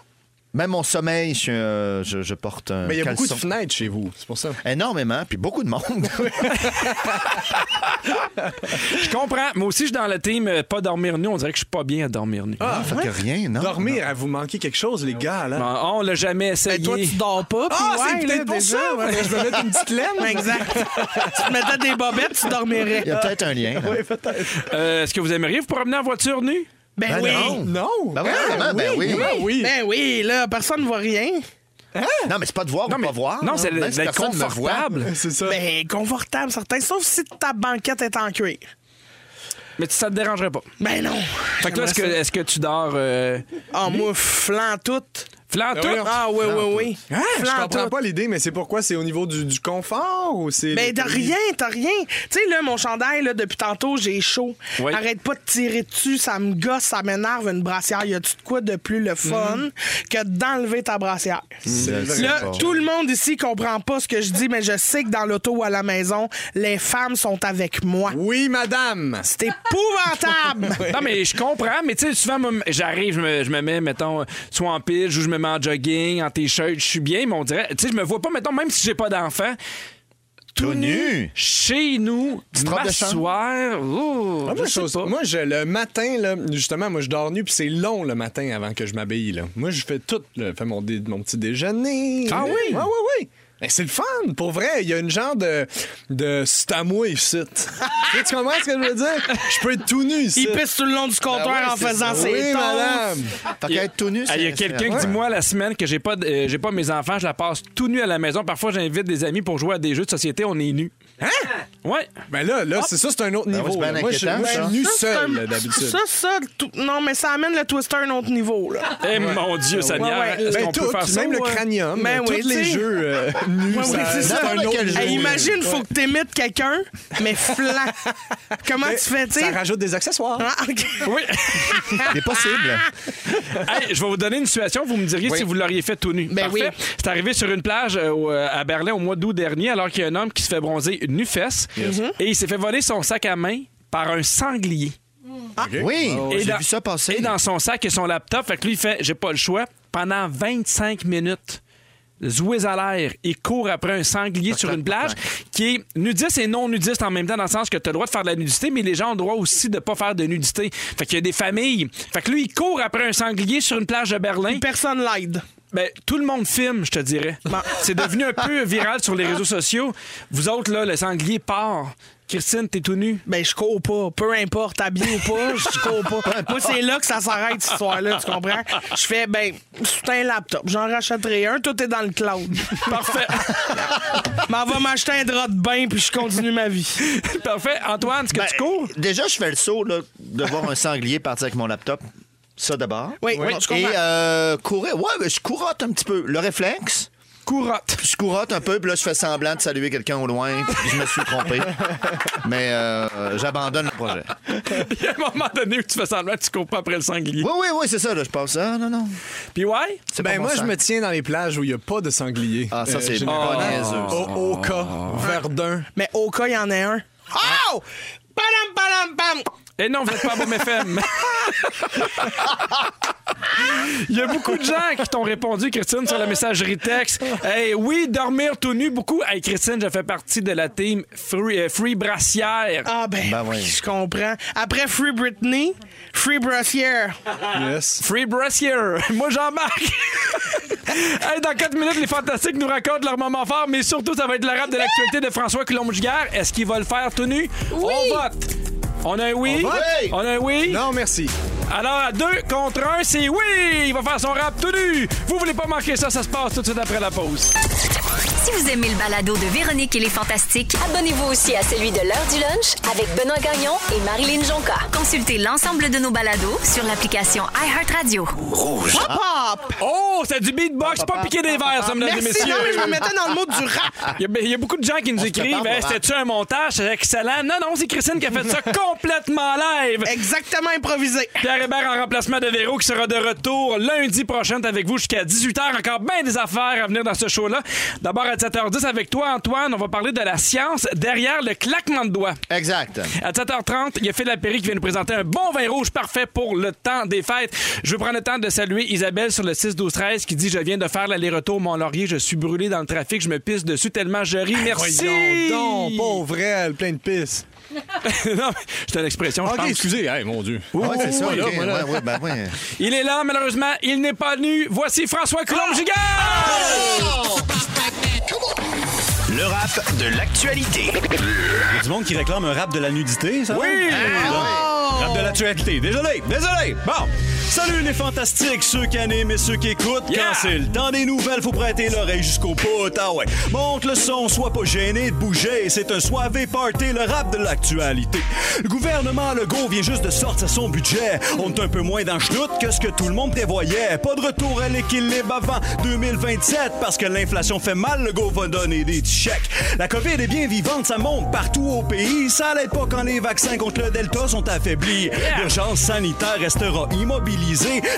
Même mon sommeil, je, suis, euh, je- je porte un
Mais il y a beaucoup de
caleçon.
fenêtres chez vous, c'est pour ça.
Énormément, puis beaucoup de monde.
Je comprends. Moi aussi, je suis dans le team euh, pas dormir nu. On dirait que je suis pas bien à dormir nu.
Ah,
fait que rien, non?
Dormir, à vous manquer quelque chose, les gars, là.
Bon, Ah, on l'a jamais essayé.
Ben, toi, tu dors pas. puis
Ah,
ouais,
c'est
là,
peut-être pour
déjà,
ça!
ouais.
faudrait que Je me mette une petite laine.
Exact. tu te mettais des bobettes, tu dormirais.
Il y a peut-être un lien. là.
Euh, Est-ce que vous aimeriez vous promener en voiture nue?
Ben,
Ben
oui.
non.
Non!
Ben oui, vraiment, ben oui.
ben oui.
Ben oui, là, personne ne voit rien.
Non, mais c'est pas de voir ou pas voir.
Non, c'est
Même si
d'être
personne me voit.
confortable.
C'est ça.
Ben, confortable, certain. Sauf si ta banquette est en cuir.
Mais tu- ça te dérangerait pas.
Ben non.
Fait que toi, est-ce que, est-ce que tu dors euh,
Ah, moi, flan tout.
flan tout?
Ben voyons.
Ah, oui, oui, oui.
Hein, je
Flan
comprends
tout.
pas l'idée, mais c'est pourquoi? C'est au niveau du, du confort ou c'est.
Ben, t'as rien, t'as rien. Tu sais, là, mon chandail, là, depuis tantôt, j'ai chaud.
Ouais.
Arrête pas de tirer dessus, ça me gosse, ça m'énerve une brassière. Y a-tu de quoi de plus le fun
Mm-hmm.
que d'enlever ta brassière?
C'est vrai.
Là,
Bon.
tout le monde ici comprend pas ce que je dis, mais je sais que dans l'auto ou à la maison, les femmes sont avec moi.
Oui, madame!
C'est épouvantable!
Non, mais je comprends, mais tu sais, souvent, moi, j'arrive, je me, je me mets, mettons, soit en pige ou je me mets en jogging, en t-shirt, je suis bien, mais on dirait, tu sais, je me vois pas, mettons, même si j'ai pas d'enfant,
Tout nu.
chez nous,
robe de chambre.
m'asseoir, ouh,
Ah,
je
moi,
sais
chose-
pas.
moi, je- le matin, là, justement, moi, je dors nu, puis c'est long le matin avant que je m'habille. là. Moi, je fais tout. là. Je fais mon, dé- mon petit déjeuner.
Ah oui?
Oui, oui, oui. Ben, c'est le fun, pour vrai. Il y a une genre de. de c'est à moi ici. tu sais, tu comprends ce que je veux dire? Je peux être tout nu ici.
Il pisse tout le long du comptoir
Ah ouais,
en
c'est
faisant
ça.
ses
Oui,
tons.
madame.
Fait qu'être tout nu,
Ah,
c'est.
Il y a quelqu'un qui dit moi la semaine que j'ai pas de- euh, j'ai pas mes enfants, je la passe tout nu à la maison. Parfois j'invite des amis pour jouer à des jeux de société, on est nus. Hein Ouais.
Ben là, là c'est ça, c'est un autre
Ben oui,
niveau.
c'est bien
là. moi, je
inquiétant,
moi, je
ça.
suis nu
Ça, c'est
seul,
un-
là, d'habitude.
Ça, ça, tout- non, mais ça amène le twister à un autre niveau, là.
Eh mon dieu, Seigneur,
Ah, ouais.
est-ce
Ben,
qu'on
tout,
peut faire ça
même le
ou, euh,
cranium,
Ben
tous
oui,
les
tu sais.
jeux, euh, nu.
Ouais, ouais,
ça-
c'est ça.
n'importe quel
Hey,
jour.
imagine, faut que t'imites quelqu'un, mais flan. Comment tu fais, tu
Ben, Ça
sais?
rajoute des accessoires.
Ah, ok.
Oui.
C'est possible.
Hey, je vais vous donner une situation. Vous me diriez si vous l'auriez fait tout nu.
Ben
Parfait.
oui.
C'est arrivé sur une plage euh, au- euh, à Berlin au mois d'août dernier, alors qu'il y a un homme qui se fait bronzer nu-fesse et il s'est fait voler son sac à main par un sanglier.
Oui,
et
j'ai vu ça passer.
Et dans son sac et son laptop. Fait que lui, il fait j'ai pas le choix. Pendant 25 minutes, Zoué à l'air, il court après un sanglier sur une plage qui est nudiste et non nudiste en même temps, dans le sens que tu as le droit de faire de la nudité, mais les gens ont le droit aussi de pas faire de nudité. Fait qu'il y a des familles. Fait que lui, il court après un sanglier sur une plage de Berlin.
Personne l'aide.
Ben, tout le monde filme, je te dirais. C'est devenu un peu viral sur les réseaux sociaux. Vous autres, là, le sanglier part. Christine, t'es tout nu.
Ben, je cours pas. Peu importe, habillé ou pas, je cours pas. Moi, c'est là que ça s'arrête, cette histoire-là, tu comprends? Je fais, ben, c'est un laptop. J'en rachèterai un, tout est dans le cloud.
Parfait.
M'en va m'acheter un drap de bain, puis je continue ma vie.
Parfait. Antoine, est-ce que
Ben,
tu cours?
Déjà, je fais le saut là, de voir un sanglier partir avec mon laptop. Ça d'abord.
Oui, oui, je
Et
comprends.
euh, courir. Ouais, mais je courotte un petit peu. Le réflexe,
Courotte.
je courotte un peu, puis là, je fais semblant de saluer quelqu'un au loin, puis je me suis trompé. Mais euh, j'abandonne le projet.
Il y a un moment donné où tu fais semblant que tu cours pas après le sanglier.
Oui, oui, oui, c'est ça, là, je pense. Ah, non, non.
Puis ouais,
C'est pas
Ben
mon
moi, je
sang.
me tiens dans les plages où il n'y a pas de sanglier.
Ah, ça, c'est Ah.
généralement.
pas niaiseux, ça.
Au, au cas, Verdun.
Mais au cas, il y en a un. Oh! Padam, padam, pam!
Et Eh non, vous n'êtes pas à Boom FM. Il y a beaucoup de gens qui t'ont répondu, Christine, sur la messagerie texte. Hey, oui, dormir tout nu, beaucoup. Hey, Christine, je fais partie de la team Free, euh, free Brassière.
Ah, ben,
Ben
oui,
oui.
je comprends. Après Free Britney, Free Brassière.
Yes.
Free Brassière. Moi, j'embarque. hey, dans 4 minutes, les Fantastiques nous racontent leur moment fort, mais surtout, ça va être le rap de l'actualité de François Coulombe-Giguère. Est-ce qu'il va le faire tout nu? On vote. On a un oui.
On vote?
On a un oui.
Non, merci.
Alors, à deux contre un, c'est oui! Il va faire son rap tout nu! Vous voulez pas manquer ça, ça se passe tout de suite après la pause.
Si vous aimez le balado de Véronique et les Fantastiques,
Abonnez-vous aussi à celui de l'heure du lunch avec Benoît Gagnon et Marilyn Jonca.
consultez l'ensemble de nos balados sur l'application iHeartRadio.
Rouge.
Pop!
Oh, c'est du beatbox, c'est pas piqué des verres, ça, mesdames et
Merci, non,
messieurs.
mais je me mettais dans le mot du rap.
Il y, a, il y a beaucoup de gens qui nous écrivent
prépare
hey,
au rap.
C'était-tu un montage? C'est excellent. Non, non, c'est Christine qui a fait ça complètement live.
Eh. Exactement improvisé.
Pierre Hébert en remplacement de Véro qui sera de retour lundi prochain T'es avec vous jusqu'à 18h. Encore bien des affaires à venir dans ce show-là. D'abord à 17h10 avec toi, Antoine, on va parler de la science derrière le claquement de doigts.
Exact.
À 7h30, il y a Phil Lapéry qui vient nous présenter un bon vin rouge parfait pour le temps des fêtes. Je veux prendre le temps de saluer Isabelle sur le 6-12-13 qui dit Je viens de faire l'aller-retour Mont-Laurier, je suis brûlé dans le trafic, je me pisse dessus tellement je ris. Merci.
Voyons donc, pauvre elle, plein de pisse.
non, mais c'est une expression, je
Ok,
pense.
excusez. Hey, mon Dieu.
Oui, c'est ça.
Oh, oui,
ok.
là, moi, là.
Ouais, ouais, ben, ouais.
Il est là, malheureusement, il n'est pas nu. Voici François coulombe gigard
Le rap de l'actualité. Il y a du monde qui réclame un rap de la nudité, ça? Ah,
Oui!
Rap de l'actualité. Désolé, désolé. Bon. Salut les fantastiques, ceux qui animent et ceux qui écoutent.
Yeah!
Quand c'est le temps des nouvelles, faut prêter l'oreille jusqu'au bout. Ah ouais. Monte le son, sois pas gêné de bouger. C'est un soivé party, le rap de l'actualité. Le gouvernement Legault vient juste de sortir son budget. On est un peu moins dans le chenoute que ce que tout le monde prévoyait. Pas de retour à l'équilibre avant 2027 parce que l'inflation fait mal. Legault va donner des petits chèques. La COVID est bien vivante, ça monte partout au pays. Ça l'aide pas quand les vaccins contre le Delta sont affaiblis. L'urgence sanitaire restera immobilisée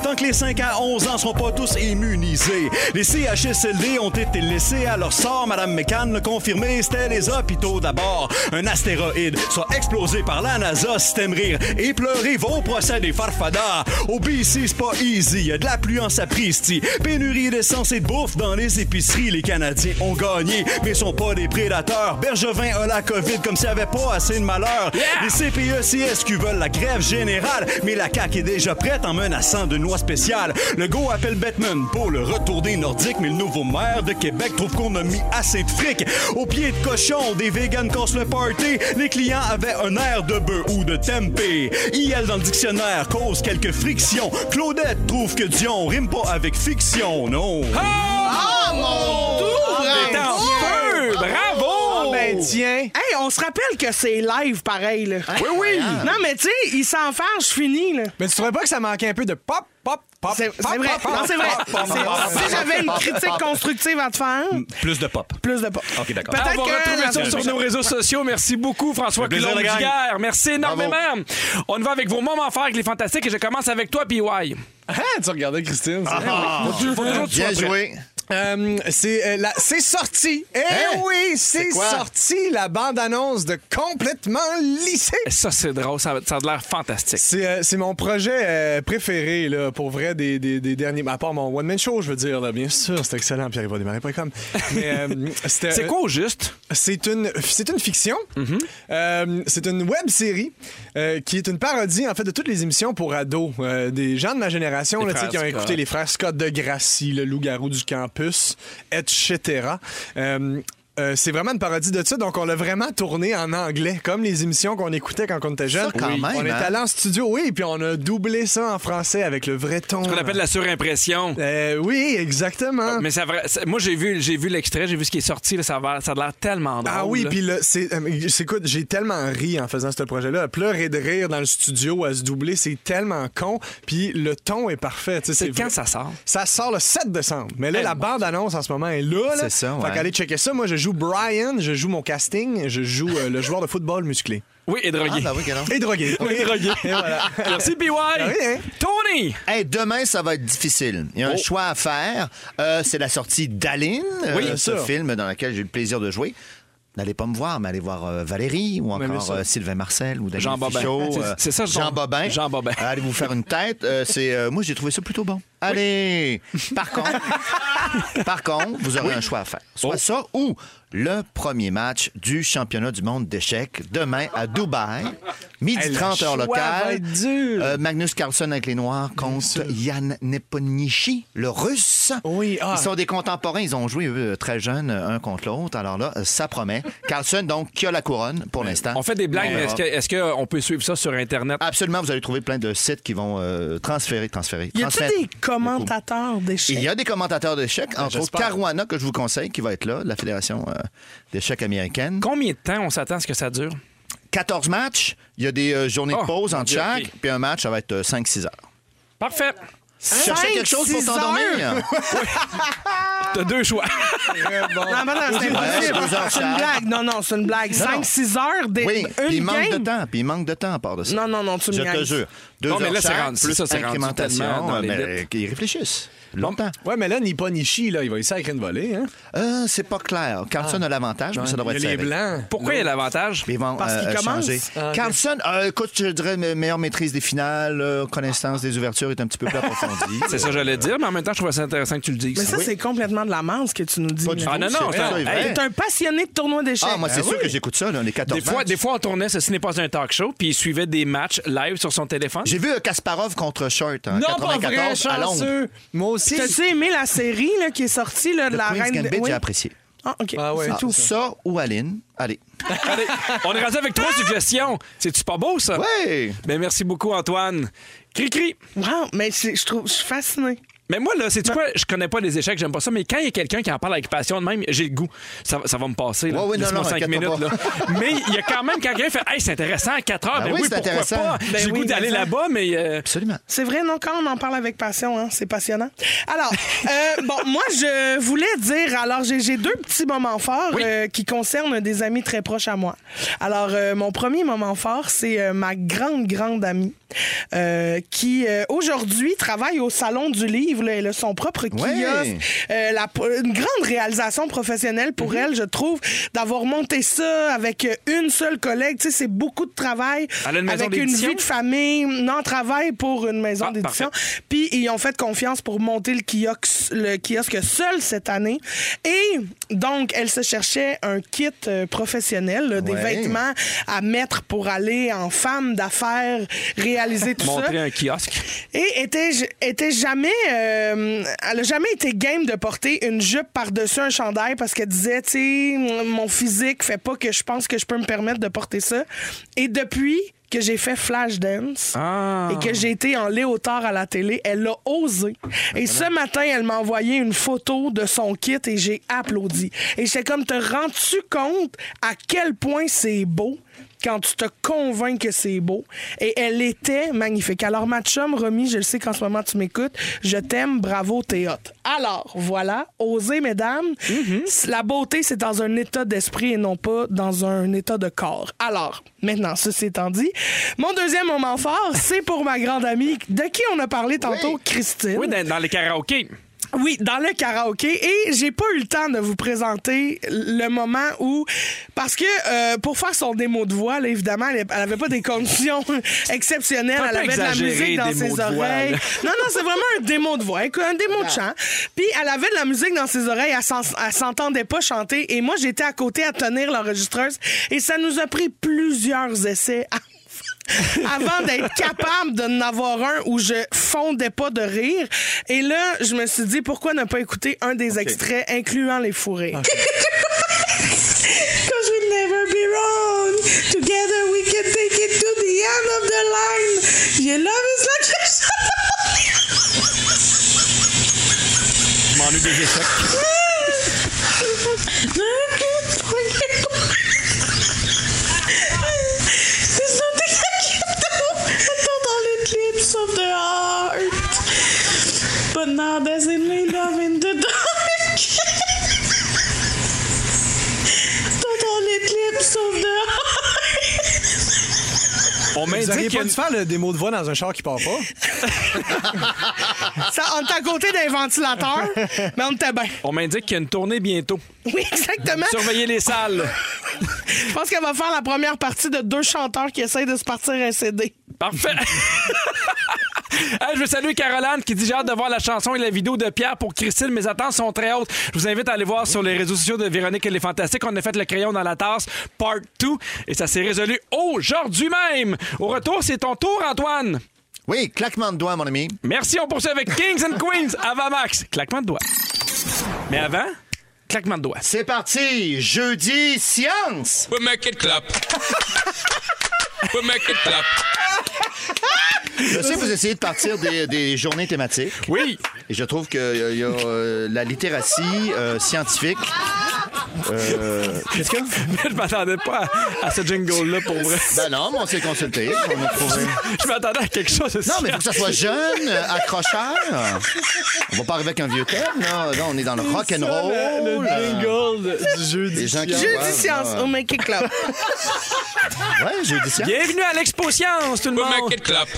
tant que les 5 à 11 ans seront pas tous immunisés. Les CHSLD ont été laissés à leur sort. Madame McCann l'a confirmé, c'était les hôpitaux d'abord. Un astéroïde soit explosé par la NASA, système rire et pleurer vos procès des farfadas. Au BC, c'est pas easy, y a de la pluie en sapristi. Pénurie d'essence et de bouffe dans les épiceries. Les Canadiens ont gagné, mais sont pas des prédateurs. Bergevin a la COVID comme s'il n'y avait pas assez de malheur. Les CPE, CSQ veulent la grève générale, mais la CAQ est déjà prête en menaçant de loi spéciale. Le go appelle Batman pour le retour des Nordiques, mais le nouveau maire de Québec trouve qu'on a mis assez de fric. Au pied de cochon, des vegans cassent le party. Les clients avaient un air de bœuf ou de tempeh. IL dans le dictionnaire cause quelques frictions. Claudette trouve que Dion rime pas avec fiction, non.
Oh!
Ah, mon
T'es en feu! Bravo!
Ben,
Ah, Tiens.
Hey, on se rappelle que c'est live pareil, là.
Oui, oui.
Non, mais tu sais, il s'en fâche, fini, là.
Mais tu trouvais pas que ça manquait un peu de pop, pop, pop,
C'est
pop,
c'est vrai.
pop,
Non, c'est vrai.
pop, pop, pop,
C'est-
pop,
Si j'avais une critique constructive à te faire,
Plus de pop.
plus de pas.
OK, d'accord.
Peut-être
on va
que
retrouver
la
ça sur
prochaine-
nos réseaux sociaux. Merci beaucoup, François
plaisir,
Claude
la gang.
Giguère. Merci énormément. On y va avec vos moments forts avec les fantastiques et je commence avec toi, PY.
Ah, tu regardais Christine. c'est vrai.
Faut toujours que tu sois
Bien
prêt.
joué.
Ah. Euh, c'est euh, la- c'est sorti. Eh
Hein?
oui, c'est
quoi?
sorti la bande-annonce de Complètement lycée.
Ça, c'est drôle. Ça, ça a l'air fantastique.
C'est euh, c'est mon projet euh, préféré, là, pour vrai, des, des- des derniers. À part mon one-man show, je veux dire, là, bien sûr, c'est excellent, pierre va démarrer pas comme. Mais euh, c'était-
C'est quoi au juste?
C'est une, c'est une fiction.
Mhm.
Euh, c'est une web série euh, qui est une parodie en fait de toutes les émissions pour ados Euh, des gens de ma génération
Les
là, tu sais,
frères
qui ont
Scott.
écouté les frères Scott de Gracie, le loup-garou du campus, etc. Euh, euh, c'est vraiment une parodie de ça, donc on l'a vraiment tourné en anglais, comme les émissions qu'on écoutait quand on était jeune.
quand Oui. même,
on est
hein?
allé en studio, oui, puis on a doublé ça en français avec le vrai ton.
qu'on appelle la Ah, surimpression.
Euh, oui, exactement.
Mais ça, vra- ça- moi, j'ai vu, j'ai vu l'extrait, j'ai vu ce qui est sorti. là, ça, va- ça a l'air tellement drôle.
Ah oui,
là.
puis là, c'est, euh, c'est- écoute, j'ai tellement ri en faisant ce projet-là, à pleurer de rire dans le studio, à se doubler, c'est tellement con. Puis le ton est parfait. tu sais,
C'est quand
vrai.
ça sort?
Ça sort le 7 décembre. Mais là,
Eh,
la bande-annonce en ce moment est là. là.
C'est ça, ouais.
Fait qu'allez checker ça. Moi, je joue Brian, je joue mon casting, je joue euh, le joueur de football musclé.
Oui, et drogué.
Ah, bah oui, canon.
Et drogué. Et drogué. voilà.
Merci, PY.
rien.
Tony!
Hey, demain, ça va être difficile. Il y a
Oh.
un choix à faire. Euh, c'est la sortie d'Aline, euh,
Oui,
ce
ça.
film dans lequel j'ai eu le plaisir de jouer. N'allez pas me voir, mais allez voir euh, Valérie ou
Mais bien
encore
sûr.
euh, Sylvain Marcel ou Daniel
Jean Bobin.
Fichaud,
C'est- c'est ça,
Jean
Jean-
Bobin.
Jean Bobin.
Euh, allez vous faire une tête. Euh, c'est, euh, moi, j'ai trouvé ça plutôt bon. Allez! Par contre, par contre, vous aurez un choix à faire.
Oh.
Soit ça ou le premier match du championnat du monde d'échecs demain à Dubaï, midi
Hey, le
30 heure
choix
locale.
va être dur.
Euh, Magnus Carlsen avec les Noirs contre Yann Neponichi, le russe.
Oui, ah.
Ils sont des contemporains, ils ont joué eux, très jeunes euh, un contre l'autre. Alors là, euh, ça promet. Carlsen, donc, qui a la couronne pour l'instant.
On fait des blagues,
On
mais
verra.
est-ce que- est-ce qu'on peut suivre ça sur Internet?
Absolument, vous allez trouver plein de sites qui vont euh, transférer, transférer.
Y a-tu
transférer
des commentateurs
Il y
d'échecs?
a des commentateurs d'échecs,
Ben,
entre autres
j'espère.
Caruana, que je vous conseille, qui va être là, de la Fédération euh, d'échecs américaine.
Combien de temps on s'attend à ce que ça dure?
14 matchs, il y a des euh, journées
Oh,
de pause
mon
entre
Dieu,
chaque,
ok.
puis un match, ça va être 5-6 heures.
Parfait.
Cherchez quelque chose pour
six
t'endormir?
T'as deux choix.
Très bon.
Non, mais non, c'est
Ouais,
impossible.
deux heures
C'est une
chaque.
blague. Non, non, c'est une blague.
non.
5-6 heures, des,
Oui, puis il
une
manque
game.
de temps, puis il manque de temps à part de ça.
Non, non, non, tu me
Je te
niaises.
jure. Deux
Non, mais
heures
là, c'est
chaque,
rendu-
plus
ça, c'est rendu
incrémentation, euh,
tellement dans les
mais
lettres.
ils réfléchissent longtemps.
Ouais, mais là, Nipponichi, là, il va essayer à créer une volée. Hein?
Euh, c'est pas clair. Carlson
Ah.
a l'avantage, mais ça devrait être
il y a les
serré.
blancs.
Pourquoi il y a l'avantage?
Ils vont
Parce
euh,
qu'il
euh,
commence.
changer. Carlson, euh, écoute, je dirais me- meilleure maîtrise des finales, euh, connaissance des ouvertures est un petit peu plus approfondie.
C'est ça que j'allais dire, mais en même temps, je trouvais ça intéressant que tu le dises.
Mais ça, c'est complètement de la merde, ce que tu nous dis.
Pas du
Nico.
Ah non, non,
c'est
c'est-
vrai.
Hey,
T'es un passionné de tournoi d'échecs. Ben
Ah, moi, c'est
Ah
sûr
oui.
que j'écoute ça, là, les 14
Des fois,
matchs.
des fois, on tournait Ce n'est pas un talk show, puis il suivait des matchs live sur son téléphone.
J'ai vu euh, Kasparov contre Short en
Non, pas vrai,
94 à Londres.
chanceux. Moi aussi.
T'as-tu aimé la série là, qui est sortie là, de
Le
la
Queen's
reine
Gambit,
oui.
j'ai apprécié.
Ah, OK.
Ah ouais.
C'est
Ah,
tout.
ça ou Aline. Allez.
Allez, on est rendu avec trois suggestions. C'est-tu pas beau, ça?
Ouais!
Ben, merci beaucoup, Antoine. Cri-cri.
Wow, mais c'est- je trouve, je suis fasciné.
Mais moi, là,
Ben-
c'est quoi? Je connais pas les échecs, j'aime pas ça, mais quand il y a quelqu'un qui en parle avec passion de même, j'ai le goût. Ça, ça va me passer. Là.
Ouais, ouais, non,
Laisse-moi
non,
cinq
inquiète-toi
minutes. Là. mais il y a quand même quelqu'un qui fait Hey, c'est intéressant, 4 heures,
Ben
ben
oui,
oui,
c'est
pourquoi
intéressant.
pas?
Ben
j'ai le
oui,
goût d'aller
mais ça-
là-bas, mais. euh,
Absolument.
C'est vrai, non, quand on en parle avec passion, hein, c'est passionnant. Alors, euh, bon, moi, je voulais dire, alors, j'ai j'ai deux petits moments forts euh, qui concernent des amis très proches à moi. Alors, euh, mon premier moment fort, c'est euh, ma grande, grande amie euh, qui, euh, aujourd'hui, travaille au Salon du Livre. là. elle a son propre kiosque.
Ouais.
Euh, la- une grande réalisation professionnelle
Mm-hmm.
pour elle, je trouve, d'avoir monté ça avec euh, une seule collègue. Tu sais, c'est beaucoup de travail.
Elle a une maison
avec une
d'édition?
vie de famille, non travail pour une maison
Ah,
d'édition. Puis ils ont fait confiance pour monter le kiosque, le kiosque seul cette année. Et donc, elle se cherchait un kit euh, professionnel, là, des
Ouais.
vêtements à mettre pour aller en femme d'affaires, réaliser tout ça.
montrer un kiosque.
Et était, j- était jamais. euh, elle a jamais été game de porter une jupe par-dessus un chandail parce qu'elle disait, tu sais, mon physique fait pas que je pense que je peux me permettre de porter ça. Et depuis que j'ai fait Flashdance
Ah.
et que j'ai été en léotard à la télé. Elle l'a osé. Et ce matin, elle m'a envoyé une photo de son kit et j'ai applaudi. Et j'étais comme, te rends-tu compte à quel point c'est beau? quand tu te convaincs que c'est beau. Et elle était magnifique. Alors, ma chum, Romy, je le sais qu'en ce moment, tu m'écoutes. Je t'aime, bravo, t'es hot. Alors, voilà, osez, mesdames. La beauté, c'est dans un état d'esprit et non pas dans un état de corps. Alors, maintenant, ceci étant dit, mon deuxième moment fort, c'est pour ma grande amie de qui on a parlé tantôt, Christine.
Oui, dans, dans les karaokés.
Oui, dans le karaoké. Et j'ai pas eu le temps de vous présenter le moment où. Parce que euh, pour faire son démo de voix, là, évidemment, elle elle avait pas des conditions exceptionnelles.
Faut
Elle
pas
avait de la
exagérer,
musique dans
démo de
ses
voix,
oreilles.
là.
non, non, c'est vraiment un démo de voix, un démo de chant. Puis elle avait de la musique dans ses oreilles. Elle s'en- Elle s'entendait pas chanter. Et moi, j'étais à côté à tenir l'enregistreuse. Et ça nous a pris plusieurs essais à avant d'être capable de n'avoir un où je fondais pas de rire. Et là, je me suis dit, pourquoi ne pas écouter un des extraits, incluant les fourrés?
Cause we'll never be wrong. Together we can take it to the end of the line. Your love is like a
Je m'ennuie des échecs.
There's nothing I can do. I thought all the clips of the heart. But now there's only love in the dark. Thought all the clips of the heart.
On
Vous
m'indique
auriez
qu'il y a
pas
une-
dû faire le démo de voix dans un char qui part pas?
Ça, on était à côté d'un ventilateur, mais on était bien.
on m'indique qu'il y a une tournée bientôt.
Oui,
Ah!
exactement.
Surveillez les salles.
Je pense qu'elle va faire la première partie de deux chanteurs qui essayent de se partir un CD.
Parfait. Hey, je veux saluer Caroline qui dit J'ai hâte de voir la chanson et la vidéo de Pierre pour Christine. Mes attentes sont très hautes. Je vous invite à aller voir sur les réseaux sociaux de Véronique et les Fantastiques. On a fait le crayon dans la tasse, part 2. Et ça s'est résolu aujourd'hui même. Au retour, c'est ton tour, Antoine.
Oui, claquement de doigts, mon ami.
Merci, on poursuit avec Kings and Queens avant Max. Claquement de doigts. Mais avant, claquement de doigts.
C'est parti, jeudi science.
We make it clap. We make it clap.
Je sais que vous essayez de partir des, des journées thématiques.
Oui,
Et je trouve qu'il y a euh, la littératie euh, scientifique. Euh,
je m'attendais pas à, à ce jingle-là pour vrai.
ben non, mais on s'est consulté. on a trouvé-
Je m'attendais à quelque chose de
Non, mais il faut que ça soit jeune, euh, accrocheur. On va pas arriver avec un vieux thème, là. Là, on est dans le rock and roll.
jingle du jeudi.
Les gens qui
Jeudi
boivent,
science
là.
au Make It Club.
euh, Ouais, jeudi science.
Bienvenue à l'Expo Science, tout le
We make
monde.
it clap.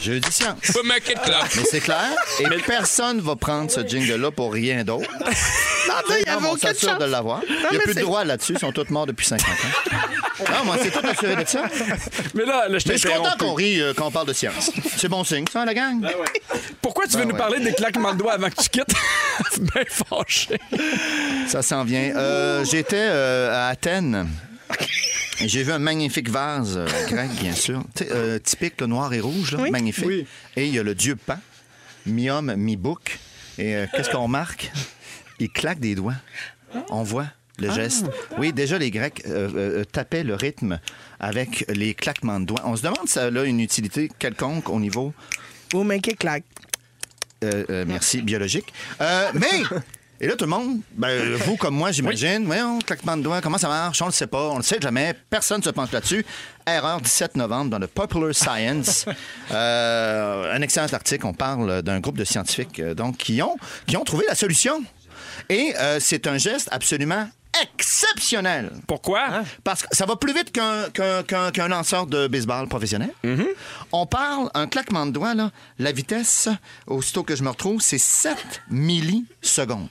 Jeudi science.
We make it clap.
Mais c'est clair. Et personne va prendre ce jingle-là pour rien d'autre.
Non, non, il y
Non,
avait
mais on
aucune
s'assure
chance.
de l'avoir. Il n'y
mais
a plus de
c'est-
droit là-dessus. Ils sont tous morts depuis 50 ans. Non, moi, c'est tout assuré de ça.
Mais là, là je
Mais je suis
t'interromps
content
plus.
qu'on rit euh, quand on parle de science. C'est bon signe, ça, la gang?
Pourquoi tu veux nous
Ben ouais.
parler des claquements de doigts avant que tu quittes? ben fâché.
Ça s'en vient. Euh, J'étais euh, à Athènes. Et J'ai vu un magnifique vase euh, grec, bien sûr. Tu sais, euh, typique, le noir et rouge, là, magnifique. Et il y a le dieu Pan, mi-homme, mi-bouc. Et euh, qu'est-ce qu'on remarque? Il claque des doigts. On voit le geste. Oui, déjà, les Grecs euh, euh, tapaient le rythme avec les claquements de doigts. On se demande si ça a une utilité quelconque au niveau
Au Make It Clap.
euh, euh, merci, biologique. Euh, mais, et là, tout le monde, ben, vous comme moi, j'imagine, ouais, on claquement de doigts, comment ça marche, on le sait pas, on le sait jamais, personne ne se penche là-dessus. Erreur 17 novembre dans le Popular Science. Euh, un excellent article, on parle d'un groupe de scientifiques euh, donc, qui, ont, qui ont trouvé la solution. Et euh, c'est un geste absolument exceptionnel.
Pourquoi?
Parce que ça va plus vite qu'un qu'un- qu'un- qu'un lanceur de baseball professionnel. On parle, un claquement de doigts, là, la vitesse, aussitôt que je me retrouve, c'est 7 millisecondes.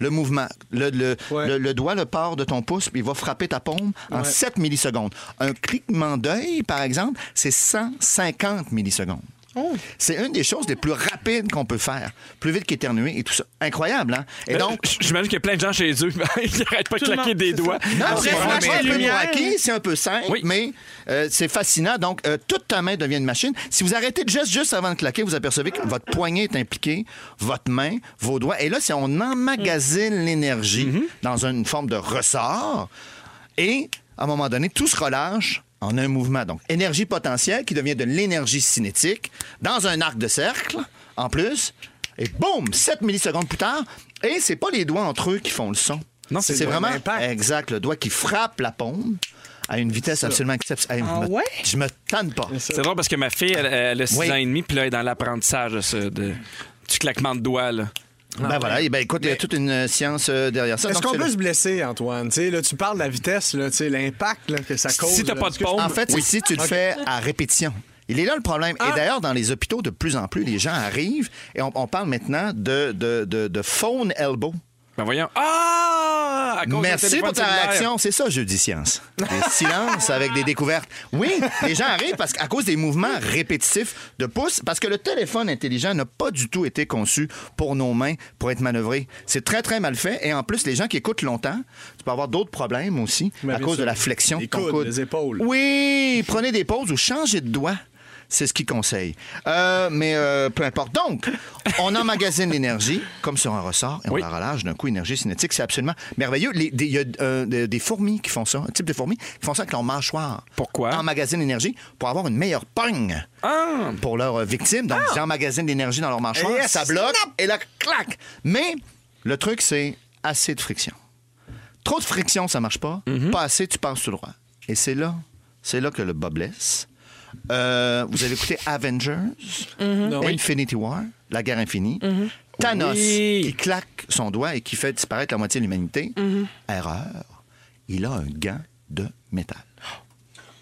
Le mouvement, le, le,
Ouais.
le- le doigt, le part de ton pouce, puis il va frapper ta paume en 7 millisecondes. Un cliquement d'œil, par exemple, c'est 150 millisecondes. C'est une des choses les plus rapides qu'on peut faire. Plus vite qu'éternuer et tout ça. Incroyable, hein? Et donc,
Ben, J- J'imagine qu'il y a plein de gens chez eux qui n'arrêtent pas de
le
claquer
monde,
des
c'est
doigts.
non,
Après,
c'est
vraiment
vraiment
mais-
un peu
lumière.
braqué, c'est un peu simple,
Oui.
mais euh, c'est fascinant. Donc, euh, toute ta main devient une machine. Si vous arrêtez de geste juste avant de claquer, vous apercevez que votre poignet est impliqué, votre main, vos doigts. Et là, si on emmagasine
Mm-hmm.
l'énergie dans une forme de ressort, et à un moment donné, tout se relâche en un mouvement. Donc, énergie potentielle qui devient de l'énergie cinétique dans un arc de cercle, en plus. Et boum, 7 millisecondes plus tard. Et c'est pas les doigts entre eux qui font le son.
Non, c'est
c'est
le
vraiment
impact.
exact le doigt qui frappe la pompe à une vitesse absolument exceptionnelle.
Ah
Hey, je me-
ouais?
Je me tanne pas.
C'est drôle parce que ma fille, elle, elle a 6
Oui.
ans et demi, puis là, elle est dans l'apprentissage de ce de- du claquement de doigts. Là.
Ben voilà, et ben écoute, il y a toute une euh, science euh, derrière ça.
Est-ce
Donc,
qu'on
c'est
peut
le-
se blesser, Antoine? Tu sais, là, tu parles de la vitesse, là, tu sais, l'impact là, que ça cause.
Si t'as
là.
pas de
Est-ce que-
pompe,
En fait, c'est
Oui.
si tu le
Ok. Ah.
fais à répétition. Il est là le problème. Et d'ailleurs, dans les hôpitaux, de plus en plus, les gens arrivent et on, on parle maintenant de, de, de, de phone elbow.
Ben voyons. Ah! À cause des
Merci
téléphones
pour ta
cellulaires.
réaction. C'est ça, jeudi science. Des silences avec des découvertes. Oui, les gens arrivent parce qu'à cause des mouvements répétitifs de pouces, parce que le téléphone intelligent n'a pas du tout été conçu pour nos mains, pour être manœuvré. C'est très, très mal fait. Et en plus, les gens qui écoutent longtemps, tu peux avoir d'autres problèmes aussi
Mais
à
bien
cause
sûr.
de la flexion
Les
de ton
coudes,
coude.
les épaules.
Oui, prenez des pauses ou changez de doigt. C'est ce qu'ils conseillent. Euh, mais euh, peu importe. Donc, on emmagasine l'énergie comme sur un ressort et
Oui.
on la relâche d'un coup. Énergie cinétique, c'est absolument merveilleux. Les- des- Il y a euh, des, des fourmis qui font ça, un type de fourmis qui font ça avec leur mâchoire.
Pourquoi?
Emmagasinent l'énergie pour avoir une meilleure pogne
Ah!
pour leurs euh, victimes. Donc, ils emmagasinent l'énergie dans leur mâchoire,
Yes!
ça bloque et là, clac. Mais le truc, c'est assez de friction. Trop de friction, ça marche pas. Pas assez, tu passes tout droit. Et c'est là, c'est là que le bas blesse. Euh, vous avez écouté Avengers, Infinity War, la guerre infinie. Thanos
Oui.
qui claque son doigt et qui fait disparaître la moitié de l'humanité. Erreur. Il a un gant de métal.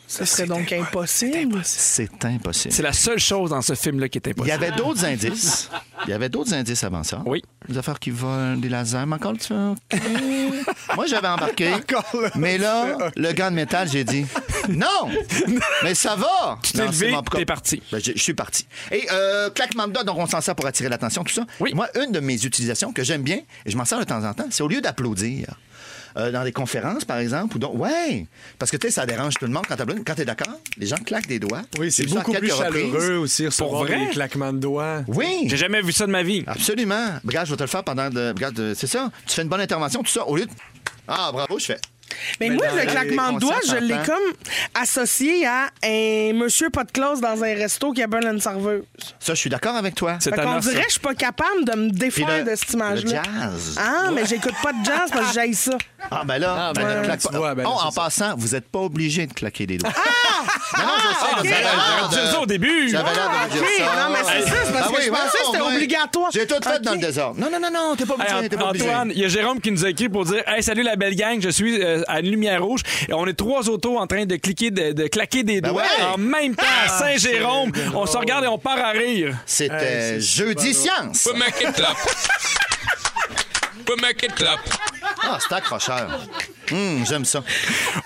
Ce serait donc impossible.
C'est impossible.
C'est la seule chose dans ce film-là qui était
Il y
impossible.
avait d'autres indices. Il y avait d'autres indices avant ça.
Oui.
Des affaires qui volent, des lasers. Mais encore, tu fais, OK. Moi, j'avais embarqué.
Encore là,
Mais là, le gant de métal, j'ai dit non! Mais ça va! Tu
t'es levé, t'es parti.
Ben, je je suis parti. Et euh, claquement de doigts, donc on s'en sert pour attirer l'attention, tout ça.
Oui.
Moi, une de mes utilisations que j'aime bien, et je m'en sers de temps en temps, c'est au lieu d'applaudir. euh, dans des conférences, par exemple, ou donc, ouais, parce que tu sais, ça dérange tout le monde quand t'applaudis. quand t'es d'accord. Les gens claquent des doigts.
Oui, c'est
J'ai vu ça à
beaucoup plus
quelques reprises.
chaleureux aussi, recevoir
vrai?
des claquements de doigts.
Oui.
J'ai jamais vu ça de ma vie.
Ah, Absolument. Regarde, je vais te le faire pendant. De... Regarde, euh, c'est ça. Tu fais une bonne intervention, tout ça. Au lieu de. Ah, bravo, je fais.
Mais,
Mais
moi,
dans
le
les
claquement de doigts, je
concerts,
l'ai
t'entends.
comme associé à un monsieur pas de classe dans un resto qui appelle une serveuse.
Ça, je suis d'accord avec toi.
C'est
Fait
un
qu'on
os, ça.
dirait que je suis pas capable de me
Puis
défaire
le-
de cette image-là.
le jazz.
Ah, mais j'écoute pas de jazz parce que j'aille ça.
Ah, ben là,
Ah,
ben,
ben,
ne claque
tu
pas.
vois, ben là,
Oh,
c'est
en
ça.
passant, vous n'êtes pas obligé de claquer des doigts. non, non, je sais,
Ah,
là,
j'aurais-
j'avais
j'aurais
l'air
dû dire
de-
ça au début.
J'avais l'air de
Ah,
dire
ok.
ça.
Non, mais c'est ça, c'est parce
Ah
que je pensais que
on
c'était
va-
obligatoire.
J'ai tout fait
Ok.
dans le désordre. Non, non, non, non, t'es pas
Hey,
obligé, t'es pas obligé.
Antoine, il y a Jérôme qui nous a écrit pour dire Hey, salut la belle gang, je suis euh, à une lumière rouge et on est trois autos en train de cliquer, de, de claquer des
Ben
doigts
ouais. Ah,
en même temps à Saint-Jérôme.
c'est bien
On se
drôle.
regarde et on part à rire.
C'était
Hey, c'est
jeudi science.
Put make it clap. Put make it clap.
Ah, c'est accrocheur. Hum, j'aime ça.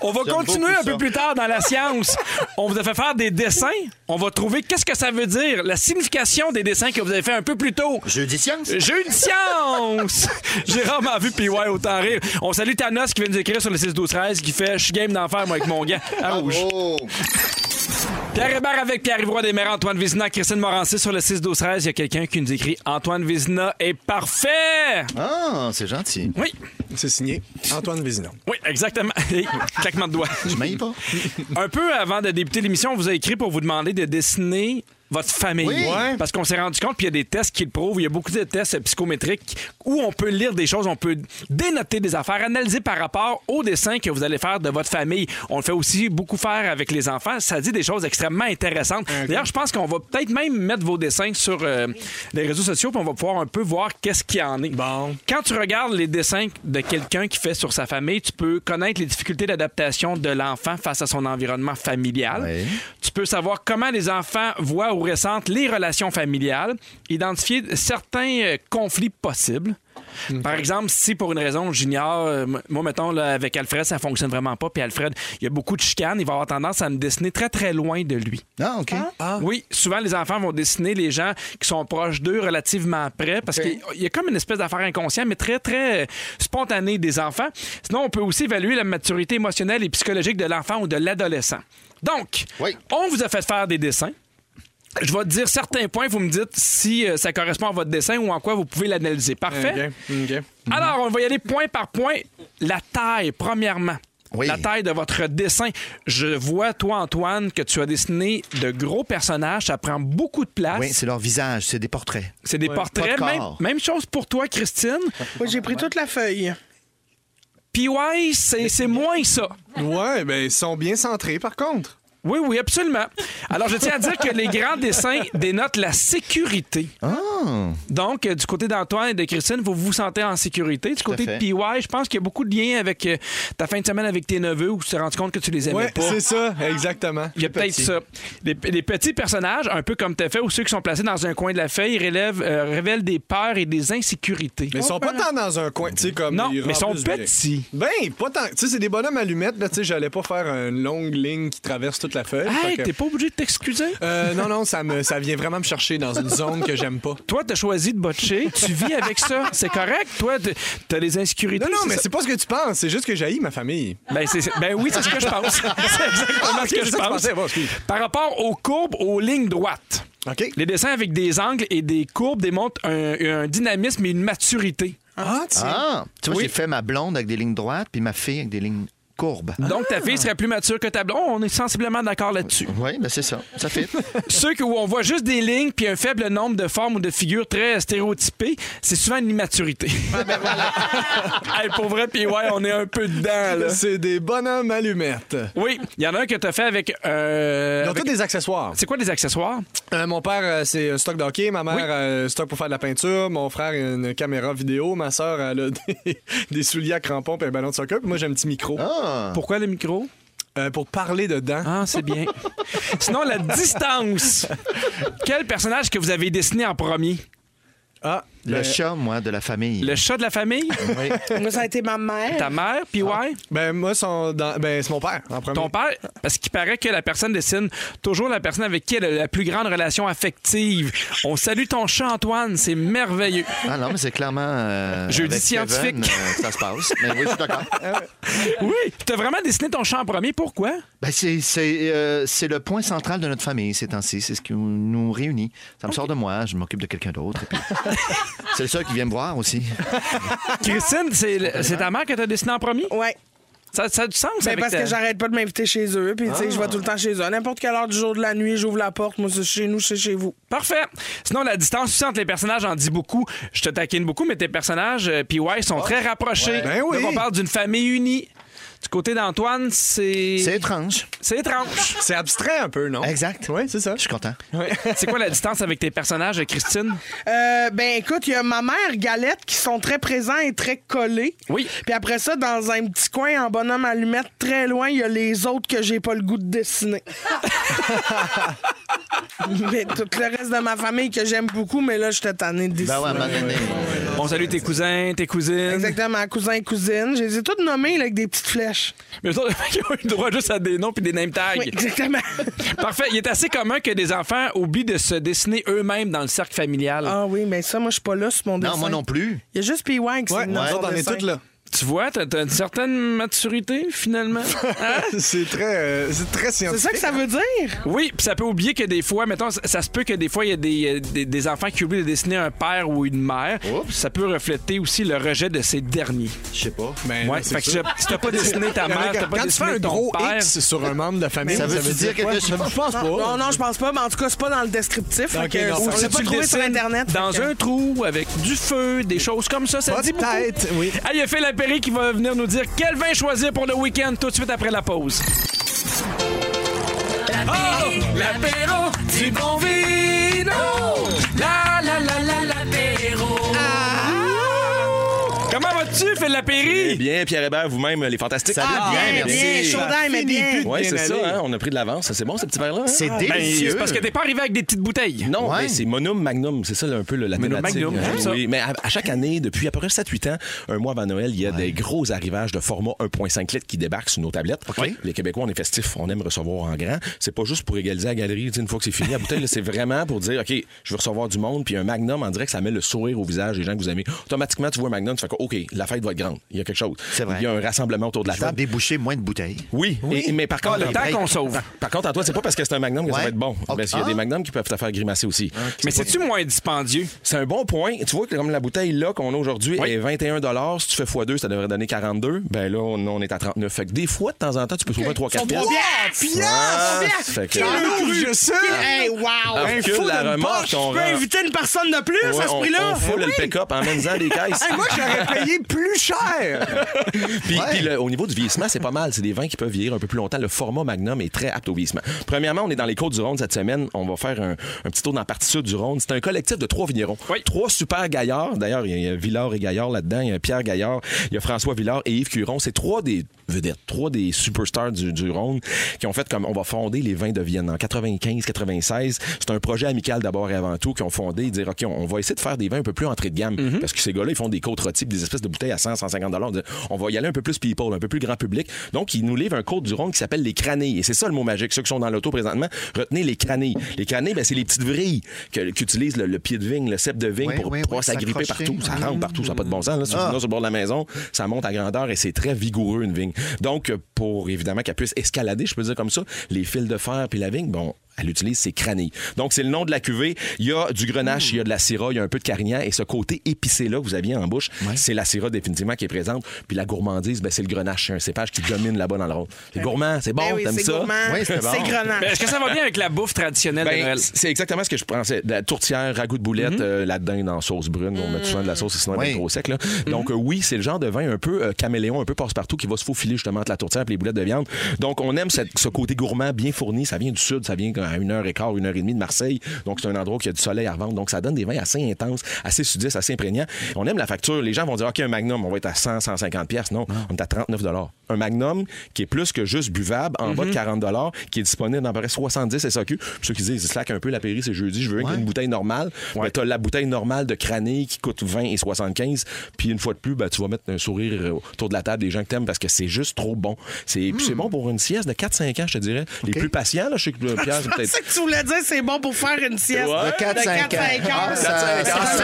On va
J'aime
continuer
beaucoup
un peu
ça.
plus tard dans la science. on vous a fait faire des dessins. On va trouver qu'est-ce que ça veut dire, la signification des dessins que vous avez fait un peu plus tôt.
Jeudi science.
Jeu de science! Jérôme a vu PY autant rire. On salue Thanos qui vient nous écrire sur le 6-12-13 qui fait Je suis game d'en faire, moi, avec mon gars à rouge.
Oh.
Pierre Hébert avec Pierre Roy des Mères, Antoine Vézina, Christine Morancy sur le 6-12-13. Il y a quelqu'un qui nous écrit Antoine Vézina est parfait!
Ah, c'est gentil.
Oui,
C'est signé Antoine Vézinon.
oui, exactement. Et claquement de doigts.
Je m'aille pas.
Un peu avant de débuter l'émission, on vous a écrit pour vous demander de dessiner votre famille.
Oui. Ouais.
Parce qu'on s'est rendu compte, puis il y a des tests qui le prouvent, il y a beaucoup de tests euh, psychométriques où on peut lire des choses, on peut dénoter des affaires, analyser par rapport au dessin que vous allez faire de votre famille. On le fait aussi beaucoup faire avec les enfants. Ça dit des choses extrêmement intéressantes. D'ailleurs, je pense qu'on va peut-être même mettre vos dessins sur euh, les réseaux sociaux, puis on va pouvoir un peu voir qu'est-ce qu'il y en est.
Bon.
Quand tu regardes les dessins de quelqu'un qui fait sur sa famille, tu peux connaître les difficultés d'adaptation de l'enfant face à son environnement familial.
Ouais.
Tu peux savoir comment les enfants voient ou ressentent les relations familiales, identifier certains euh, conflits possibles. Par exemple, si pour une raison, j'ignore, euh, m- moi, mettons, là, avec Alfred, ça fonctionne vraiment pas, puis Alfred, il y a beaucoup de chicanes, il va avoir tendance à me dessiner très, très loin de lui.
Ah, OK.
Oui, souvent les enfants vont dessiner les gens qui sont proches d'eux relativement près parce qu'il y a comme une espèce d'affaire inconsciente, mais très, très euh, spontanée des enfants. Sinon, on peut aussi évaluer la maturité émotionnelle et psychologique de l'enfant ou de l'adolescent. Donc,
Oui.
on vous a fait faire des dessins. Je vais te dire certains points, vous me dites si euh, ça correspond à votre dessin ou en quoi vous pouvez
Eh
l'analyser. Parfait.
OK. OK.
Mhm.
Alors, on va y aller point par point. La taille, premièrement. la taille de votre dessin. Je vois, toi, Antoine, que tu as dessiné de gros personnages. Ça prend beaucoup de place.
Oui, c'est leur visage, c'est des portraits.
C'est des
Ouais. Pas
portraits.
de
Même,
corps.
même chose pour toi, Christine.
Moi, j'ai pris toute la feuille.
PY, c'est c'est moins ça.
Ouais, ben ils sont bien centrés par contre.
Oui, oui, absolument. Alors, je tiens à dire que les grands dessins dénotent la sécurité.
Ah.
Donc, euh, du côté d'Antoine et de Christine, vous vous sentez en sécurité. Du côté de
fait.
PY, je pense qu'il y a beaucoup de liens avec euh, ta fin de semaine avec tes neveux où tu t'es rendu compte que tu les aimais
Ouais,
Eh ben, pas.
c'est ça, exactement.
Il y a peut-être ça. Les, les petits personnages, un peu comme tu as fait, ou ceux qui sont placés dans un coin de la feuille, relèvent, euh, révèlent des peurs et des insécurités.
Mais ils sont pas tant dans un coin, tu sais, comme.
Non, mais ils sont
remplissent bien.
petits.
Ben, pas tant. Tu sais, c'est des bonhommes allumettes, là, tu sais, j'allais pas faire une longue ligne qui traverse toute la feuille.
Hey,
fait que-
t'es pas obligé de t'excuser?
Euh, non, non, ça, me, ça vient vraiment me chercher dans une zone que j'aime pas.
Toi, t'as choisi de botcher, tu vis avec ça, c'est correct. Toi, t- t'as les insécurités.
Non, non, mais
ça.
c'est pas ce que tu penses, c'est juste que j'haïs ma famille.
Ben, c'est- ben oui, c'est ce que je pense. C'est exactement
Ah,
ce que
ok,
je
c'est ça que tu
pense.
pensais. Bon, excuse.
Par rapport aux courbes, aux lignes droites. Les dessins avec des angles et des courbes démontrent un, un dynamisme et une maturité.
Ah,
Ah, tu vois,
Oui.
j'ai fait ma blonde avec des lignes droites, puis ma fille avec des lignes courbes.
Donc, ta fille serait plus mature que ta blonde. On est sensiblement d'accord là-dessus.
Oui, ben c'est ça. Ça fait.
Ceux que- où on voit juste des lignes puis un faible nombre de formes ou de figures très stéréotypées, c'est souvent une immaturité.
Ah, ben
Hey, pour vrai, puis ouais, on est un peu dedans, là.
C'est des bonhommes allumettes.
Oui, il y en a un que t'as fait avec... euh,
Ils ont
avec-
tous des accessoires.
C'est quoi des accessoires?
Euh, mon père, euh, c'est un stock d'hockey. Ma mère, euh, stock pour faire de la peinture. Mon frère, une caméra vidéo. Ma soeur, elle a des, des souliers à crampons et un ballon de soccer. Puis moi, j'ai un petit micro. Ah.
Pourquoi le micro?
Euh, pour parler dedans.
Ah, c'est bien. Sinon, la distance. Quel personnage que vous avez dessiné en premier?
Ah,
Le chat, moi, de la famille.
Le chat de la famille?
Oui.
Moi, ça a été ma mère.
Ta mère, puis ouais?
Ben, moi, sont dans- ben, c'est mon père en premier.
Ton père, parce qu'il paraît que la personne dessine toujours la personne avec qui elle a la plus grande relation affective. On salue ton chat, Antoine, c'est merveilleux.
Ah non, mais c'est clairement. euh,
Jeudi
avec Kevin,
scientifique.
euh, ça se passe. Mais oui, je suis d'accord.
Oui, t'as vraiment dessiné ton chat en premier, pourquoi?
Ben, c'est, c'est, euh, c'est le point central de notre famille ces temps-ci. C'est ce qui nous réunit. Ça me sort de moi, je m'occupe de quelqu'un d'autre. et puis- c'est le seul qui vient me voir aussi.
Christine, c'est c'est ta mère que t'as dessiné en premier?
Ouais.
Ça, ça a du sens,
Ben,
avec
parce
ta-
que j'arrête pas de m'inviter chez eux. Puis, tu sais, je
Ah.
vais tout le temps chez eux. À n'importe quelle heure du jour de la nuit, j'ouvre la porte. Moi, c'est chez nous, c'est chez vous.
Parfait. Sinon, la distance aussi entre les personnages en dit beaucoup. Je te taquine beaucoup, mais tes personnages, euh, puis ouais, sont très rapprochés.
Ben oui.
Donc, on parle d'une famille unie. Du côté d'Antoine, c'est.
C'est étrange.
C'est étrange.
C'est abstrait un peu, non?
Exact.
Oui, c'est ça.
Je suis content.
c'est quoi la distance avec tes personnages, Christine?
Euh, ben écoute, il y a ma mère, Galette, qui sont très présents et très collés.
Oui.
Puis après ça, dans un petit coin en bonhomme allumette, très loin, il y a les autres que j'ai pas le goût de dessiner. mais tout le reste de ma famille que j'aime beaucoup, mais là, je suis tanné de dessiner.
Ben ouais, à un moment donné.
On salue tes cousins, tes cousines.
Exactement, cousins et cousines. Je les ai tous nommés là, avec des petites flèches.
Mais eux autres, ils ont eu le droit juste à des noms puis des name tags.
Oui, exactement.
Parfait. Il est assez commun que des enfants oublient de se dessiner eux-mêmes dans le cercle familial.
ah oui, mais ça, moi, je suis pas là sur mon dessin.
Non, moi non plus.
Il y a juste PY qui
Ouais,
c'est
nous
dans son
autres, on est
dessin.
toutes là.
Tu vois, t'as t'as une certaine maturité, finalement. Hein?
C'est très, euh, c'est très
C'est
scientifique.
ça que ça veut dire?
Oui, puis ça peut oublier que des fois, mettons, ça, ça se peut que des fois, il y a des, euh, des, des enfants qui oublient de dessiner un père ou une mère.
Oups.
Ça peut refléter aussi le rejet de ces derniers.
Je sais pas.
Ben,
Ouais,
c'est
fait que
ça.
si t'as pas dessiné ta mère, t'as
Quand,
pas
tu fais
dessiné
un
ton
gros
père.
X sur un membre de la famille,
Ça veut-tu dire
quoi?
quelque chose?
Je pense pas.
Non, non, je pense pas, mais en tout cas, c'est pas dans le descriptif.
Ok,
fait que
non,
ça,
ou
on
si
l'a pas
euh, tu
trouvé sur
dessines
Internet.
Dans
fait que-
un trou, avec du feu, des choses comme ça, ça
Pas
dit
de
beaucoup.
tête, oui.
Ah, il y a Phil Lapéry qui va venir nous dire quel vin choisir pour le week-end tout de suite après la pause. Oh, l'apéro du bon vino. La, la, la, la, l'apéro. Ah! Comment vas-tu, Phil Lapéry?
Eh Bien, Pierre Hébert, vous-même, les fantastiques.
Ça va bien,
Bien,
merci.
bien, Chaudin, mais bien.
Oui,
Bien
c'est ça,
allé.
hein, on a pris de l'avance. C'est bon, ce petit verre-là? hein?
C'est
Ben,
délicieux.
c'est parce que t'es pas arrivé avec des petites bouteilles.
Non,
Ouais.
mais c'est Monum Magnum, c'est ça un peu le- la
Monum
thématique. euh,
Magnum, j'aime
Oui,
ça.
mais Eh, à, à chaque année, depuis à peu près 7-8 ans, un mois avant Noël, il y a des gros arrivages de format 1.5 litres qui débarquent sur nos tablettes.
OK.
Les Québécois, on est festifs, on aime recevoir en grand. C'est pas juste pour égaliser la galerie, tu sais, une fois que c'est fini, la bouteille, là, c'est vraiment pour dire, OK, je veux recevoir du monde, puis un Magnum, en direct, ça met le sourire au visage des gens que vous aimez. Automatiquement, tu vois un Magnum, tu fais, OK, la fête va va être grande. Il y a quelque chose. Il y a un rassemblement autour de la
Je vais
table.
déboucher moins de bouteilles.
Oui, et- et- mais par contre,
le temps qu'on
sauve.
Par, par contre, Antoine, c'est pas parce que c'est un magnum que ça
Ah, Ouais.
va être bon.
Ok.
Parce qu'il y a
Ah.
des magnums qui peuvent te faire grimacer aussi.
Mais c'est-tu moins dispendieux?
C'est un bon point. Tu vois que comme la bouteille là qu'on a aujourd'hui est 21 Si tu fais x2, ça devrait donner 42 Ben là, on, on est à 39 Fait que des fois, de temps en temps, tu peux trouver 3-4
Ils sont trois piastres!
piastres! Ah, Fait que-
je sais! Hey, wow!
Parce
Un
que
fou
la
de
remorque,
poche!
on
Je peux
rend-
inviter une personne de plus
Ouais,
à ce
on-
prix-là!
On foule
Ben
Eh oui.
le pick-up en même des caisses.
Hey, moi, j'aurais payé plus cher!
Puis, puis le- au niveau du vieillissement, c'est pas mal. C'est des vins qui peuvent vieillir un peu plus longtemps. Le format Magnum est très apte au vieillissement. Premièrement, on est dans les côtes du Rhône cette semaine. On va faire un, un petit tour dans la partie sud du Rhône. C'est un collectif de trois vignerons. Trois super gaillards. D'ailleurs, il y a Villard et Gaillard là-dedans. Il y a Pierre Gaillard, il y a François Villard et Yves Curon. C'est trois des vedettes, trois des superstars du, du Rhône qui ont fait comme on va fonder les vins de Vienne en 95-96. C'est un projet amical d'abord et avant tout qui ont fondé et dire OK, on, on va essayer de faire des vins un peu plus entrée de gamme
Mhm.
parce que ces gars-là, ils font des côtes rôties, puis des espèces de bouteilles à 100, 150 dollars. On dit, On va y aller un peu plus people, un peu plus grand public. Donc, ils nous livrent un côte du Rhône qui s'appelle les cranées. Et c'est ça le mot magique. Ceux qui sont dans l'auto présentement, retenez les cranées. Les cranées, ben, c'est les petites vrilles que- qu'utilise le, le pied de vigne, le cep de vigne
Oui,
pour
oui,
pouvoir
oui,
s'agripper
s'accrocher.
partout. Ça
hum.
rentre partout, ça n'a pas de bon sens. Là, sur,
Ah.
sur le bord de la maison, ça monte à grandeur et c'est très vigoureux une vigne. Donc, euh, pour évidemment qu'elle puisse escalader, je peux dire comme ça, les fils de fer puis la vigne, bon. Elle utilise ses cranés. Donc, c'est le nom de la cuvée. Il y a du
Mmh.
grenache, il y a de la syrah, il y a un peu de carignan. Et ce côté épicé-là que vous aviez en bouche, c'est la syrah définitivement qui est présente. Puis la gourmandise, ben, c'est le grenache. C'est un cépage qui domine là-bas dans le rôle. C'est gourmand, c'est bon,
Ben oui,
t'aimes
c'est
ça?
gourmand, Oui, c'est bon. c'est grenache.
Mais Est-ce que ça va bien avec la bouffe traditionnelle
Ben,
de Noël? Mm-hmm.
c- c'est exactement ce que je pensais. De la tourtière, ragoût de boulette, euh, la dinde en sauce brune. On met souvent de la sauce, sinon elle est
Oui.
trop sec. là.
Mm-hmm.
Donc, euh, oui, c'est le genre de vin un peu euh, caméléon, un peu passe-partout qui va se faufiler justement entre la tourtière et les boulettes de viande. Donc, on aime cette- ce côté gourmand bien fourni. Ça vient du sud, ça vient à une heure et quart, une heure et demie de Marseille. Donc, c'est un endroit qui a du soleil à revendre. Donc, ça donne des vins assez intenses, assez sudistes, assez imprégnants. On aime la facture. Les gens vont dire, OK, un magnum, on va être à 100, 150 pièces. Non, on est à 39 Un magnum qui est plus que juste buvable, en bas de 40 dollars, qui est disponible dans à peu près 70 SAQ. Puis ceux qui disent, slack un peu, l'apéry, c'est jeudi, je veux une bouteille normale. Ben, t'as la bouteille normale de crané qui coûte 20 et 75. Puis une fois de plus, ben, tu vas mettre un sourire autour de la table des gens que t'aimes parce que c'est juste trop bon. C'est puis c'est bon pour une sieste de 4-5 ans, je te dirais. Les plus patients, là, je sais que euh, Pierre, c'est
Je
peut-être
pensais que tu voulais dire c'est bon pour faire une sieste
Ouais.
de
De
4-5
4-5
heures.
heures.
Ça-
Ça-
ça-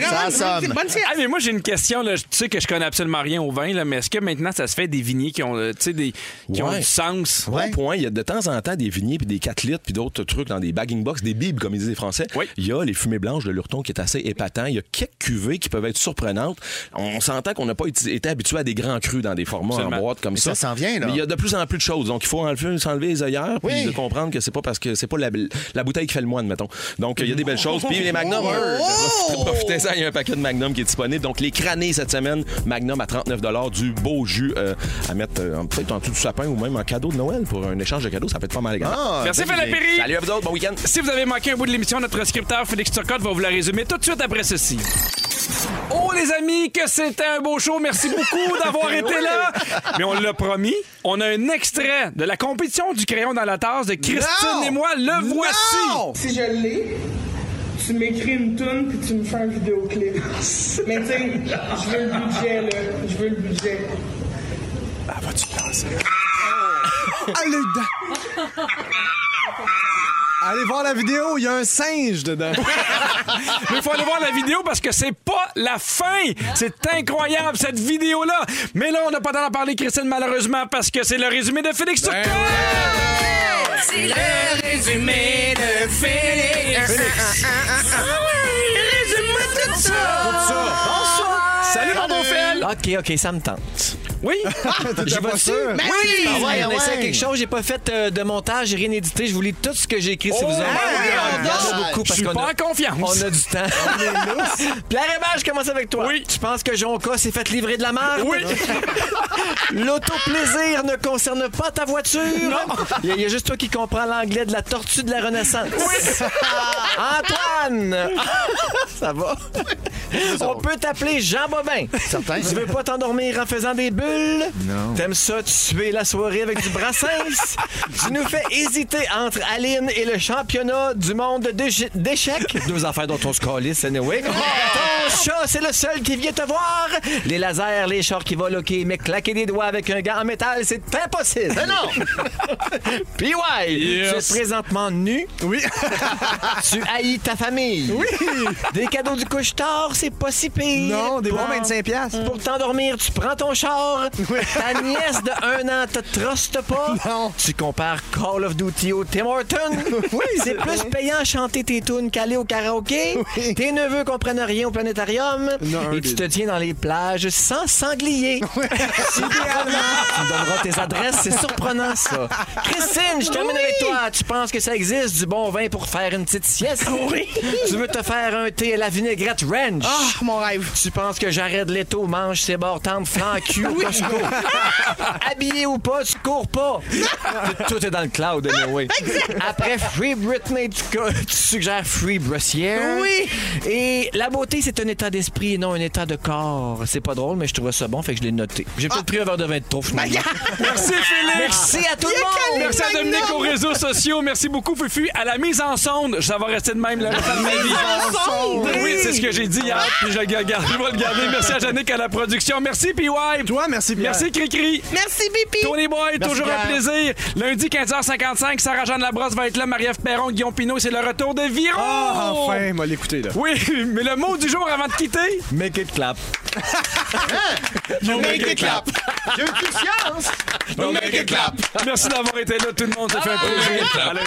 Ça
ça-
sonne.
Bonne sieste.
Ah, mais moi, j'ai une question. Là. Je- Tu sais que je connais absolument rien au vin, là, mais est-ce que maintenant, ça se fait des vigniers qui ont, euh, tu sais, des, qui ont
Ouais.
du sens?
Bon point. Il y a de temps en temps des vigniers puis des 4 litres puis d'autres trucs dans des bagging box, des bibles, comme ils disent les Français. Il y a les fumées blanches de l'urton qui est assez épatant. Il y a quelques cuvées qui peuvent être surprenantes. On s'entend qu'on n'a pas été été habitué à des grands crus dans des formats
Absolument.
en boîte comme
Mais
ça.
ça s'en vient, là.
Mais il y a de plus en plus de choses. Donc, il faut enlever- s'enlever les œillères puis
Oui.
de comprendre que c'est pas parce que c'est pas la, la bouteille qui fait le moine, mettons. Donc, il y a des belles choses. Puis les magnums, euh, profitez- profitez-en. Il y a un paquet de magnum qui est disponible. Donc, les cranés cette semaine, magnum à 39 du beau jus euh, à mettre euh, en- peut-être en dessous du sapin ou même en cadeau de Noël pour un échange de cadeaux. Ça peut être pas mal également.
Ah,
Merci,
bonne
Philippe
idée.
Péry.
Salut à vous autres. Bon week-end.
Si vous avez manqué un bout de l'émission, notre scripteur Félix Turcotte va vous la résumer tout de suite après ceci. Oh les amis, que c'était un beau show. Merci beaucoup d'avoir été là. Mais on l'a promis, on a un extrait de la compétition du crayon dans la tasse de Christine
Non!
et moi. Le voici.
Si je l'ai, tu m'écris une toune puis tu me fais un vidéoclip. Mais tu sais, je veux le budget, là. Je veux le budget.
Allez dedans. Allez voir la vidéo, il y a un singe dedans.
Mais il faut aller voir la vidéo parce que c'est pas la fin. C'est incroyable cette vidéo là. Mais là, on n'a pas le temps d'en parler Christine malheureusement parce que c'est le résumé de Félix
Ben
Turcotte.
C'est le résumé de
Salut mon beau Fel.
OK, OK, ça me tente.
Oui.
T'étais pas sûr?
Mais
Oui! Ah
oui!
On
ouais, ouais.
essaie quelque chose. J'ai pas fait euh, de montage, j'ai rien édité. Je vous lis tout ce que j'ai écrit si
Oh,
vous en
hey,
en gardons
regarde.
beaucoup
Je
parce
suis
qu'on
pas
a,
en confiance.
on a du temps. Pierre Hébert, je commence avec toi.
Oui.
Tu penses que Jonca s'est fait livrer de la merde?
Oui.
L'autoplaisir ne concerne pas ta voiture. Non. Il y, a- il y a juste toi qui comprends l'anglais de la tortue de la Renaissance. Antoine! Ça va? On peut t'appeler Jean Bobin.
Certain.
Tu veux pas t'endormir en faisant des bulles?
Non.
T'aimes ça tuer la soirée avec du brassens? tu nous fais hésiter entre Aline et le championnat du monde d'éche- d'échecs. Deux affaires dont on se calisse, anyway. Ton chat, c'est le seul qui vient te voir. Les lasers, les chars qui volent, ok, mais claquer des doigts avec un gant en métal, c'est impossible. non! PY,
Yes.
tu es présentement nu.
Oui.
Tu haïs ta famille. Oui. Des cadeaux du couche-tard, c'est pas si pire.
Non, des
Pour-
bons 25 piastres.
Pour t'endormir, tu prends ton char. Ta nièce de 1 an te truste pas. Tu compares Call of Duty au Tim Horton. c'est plus payant chanter tes tunes qu'aller au karaoké. Tes neveux comprennent rien au planétarium.
Non,
et tu
des-
te tiens dans les plages sans sanglier. Si tu me donneras tes adresses, c'est surprenant ça. Christine, je termine avec toi. Tu penses que ça existe du bon vin pour faire une petite sieste? Oui. Tu veux te faire un thé à la vinaigrette ranch? Ah,
mon rêve.
Tu penses que j'arrête l'étau, mange ses bords, tendre flanc, cul, tu cours. Habillé ou pas, tu cours pas. Tout est dans le cloud, anyway. Après Free Britney, tu, co- tu suggères Free Brossière.
Oui.
Et la beauté, c'est un état d'esprit et non un état de corps. C'est pas drôle, mais je trouvais ça bon, fait que je l'ai noté. J'ai peut-être pris un verre de vin de trop, finalement.
Merci Félix.
Merci à tout le monde.
Merci à Dominique aux réseaux sociaux. Merci beaucoup Fufu à la mise en sonde. Ça va rester de même la reste de ma vie. Oui, c'est ce que j'ai dit hier. Puis je, le garde, je vais le garder. Merci à Yannick à la production. Merci PY.
Toi, merci Pierre.
Merci Cricri.
Merci, Bipi.
Tony Boy,
Merci,
toujours un
Pierre.
plaisir. Lundi 15h55, Sarah-Jeanne Labrosse va être là, Marie-Ève Perron, Guillaume Pinot, c'est le retour de Viro.
Ah, enfin, m'a l'écouté là.
Oui, mais le mot du jour avant de quitter,
Make it clap.
You make it clap. J'ai eu plus de chance.
You make it clap. merci d'avoir été là tout le monde, ça fait un plaisir. À lundi.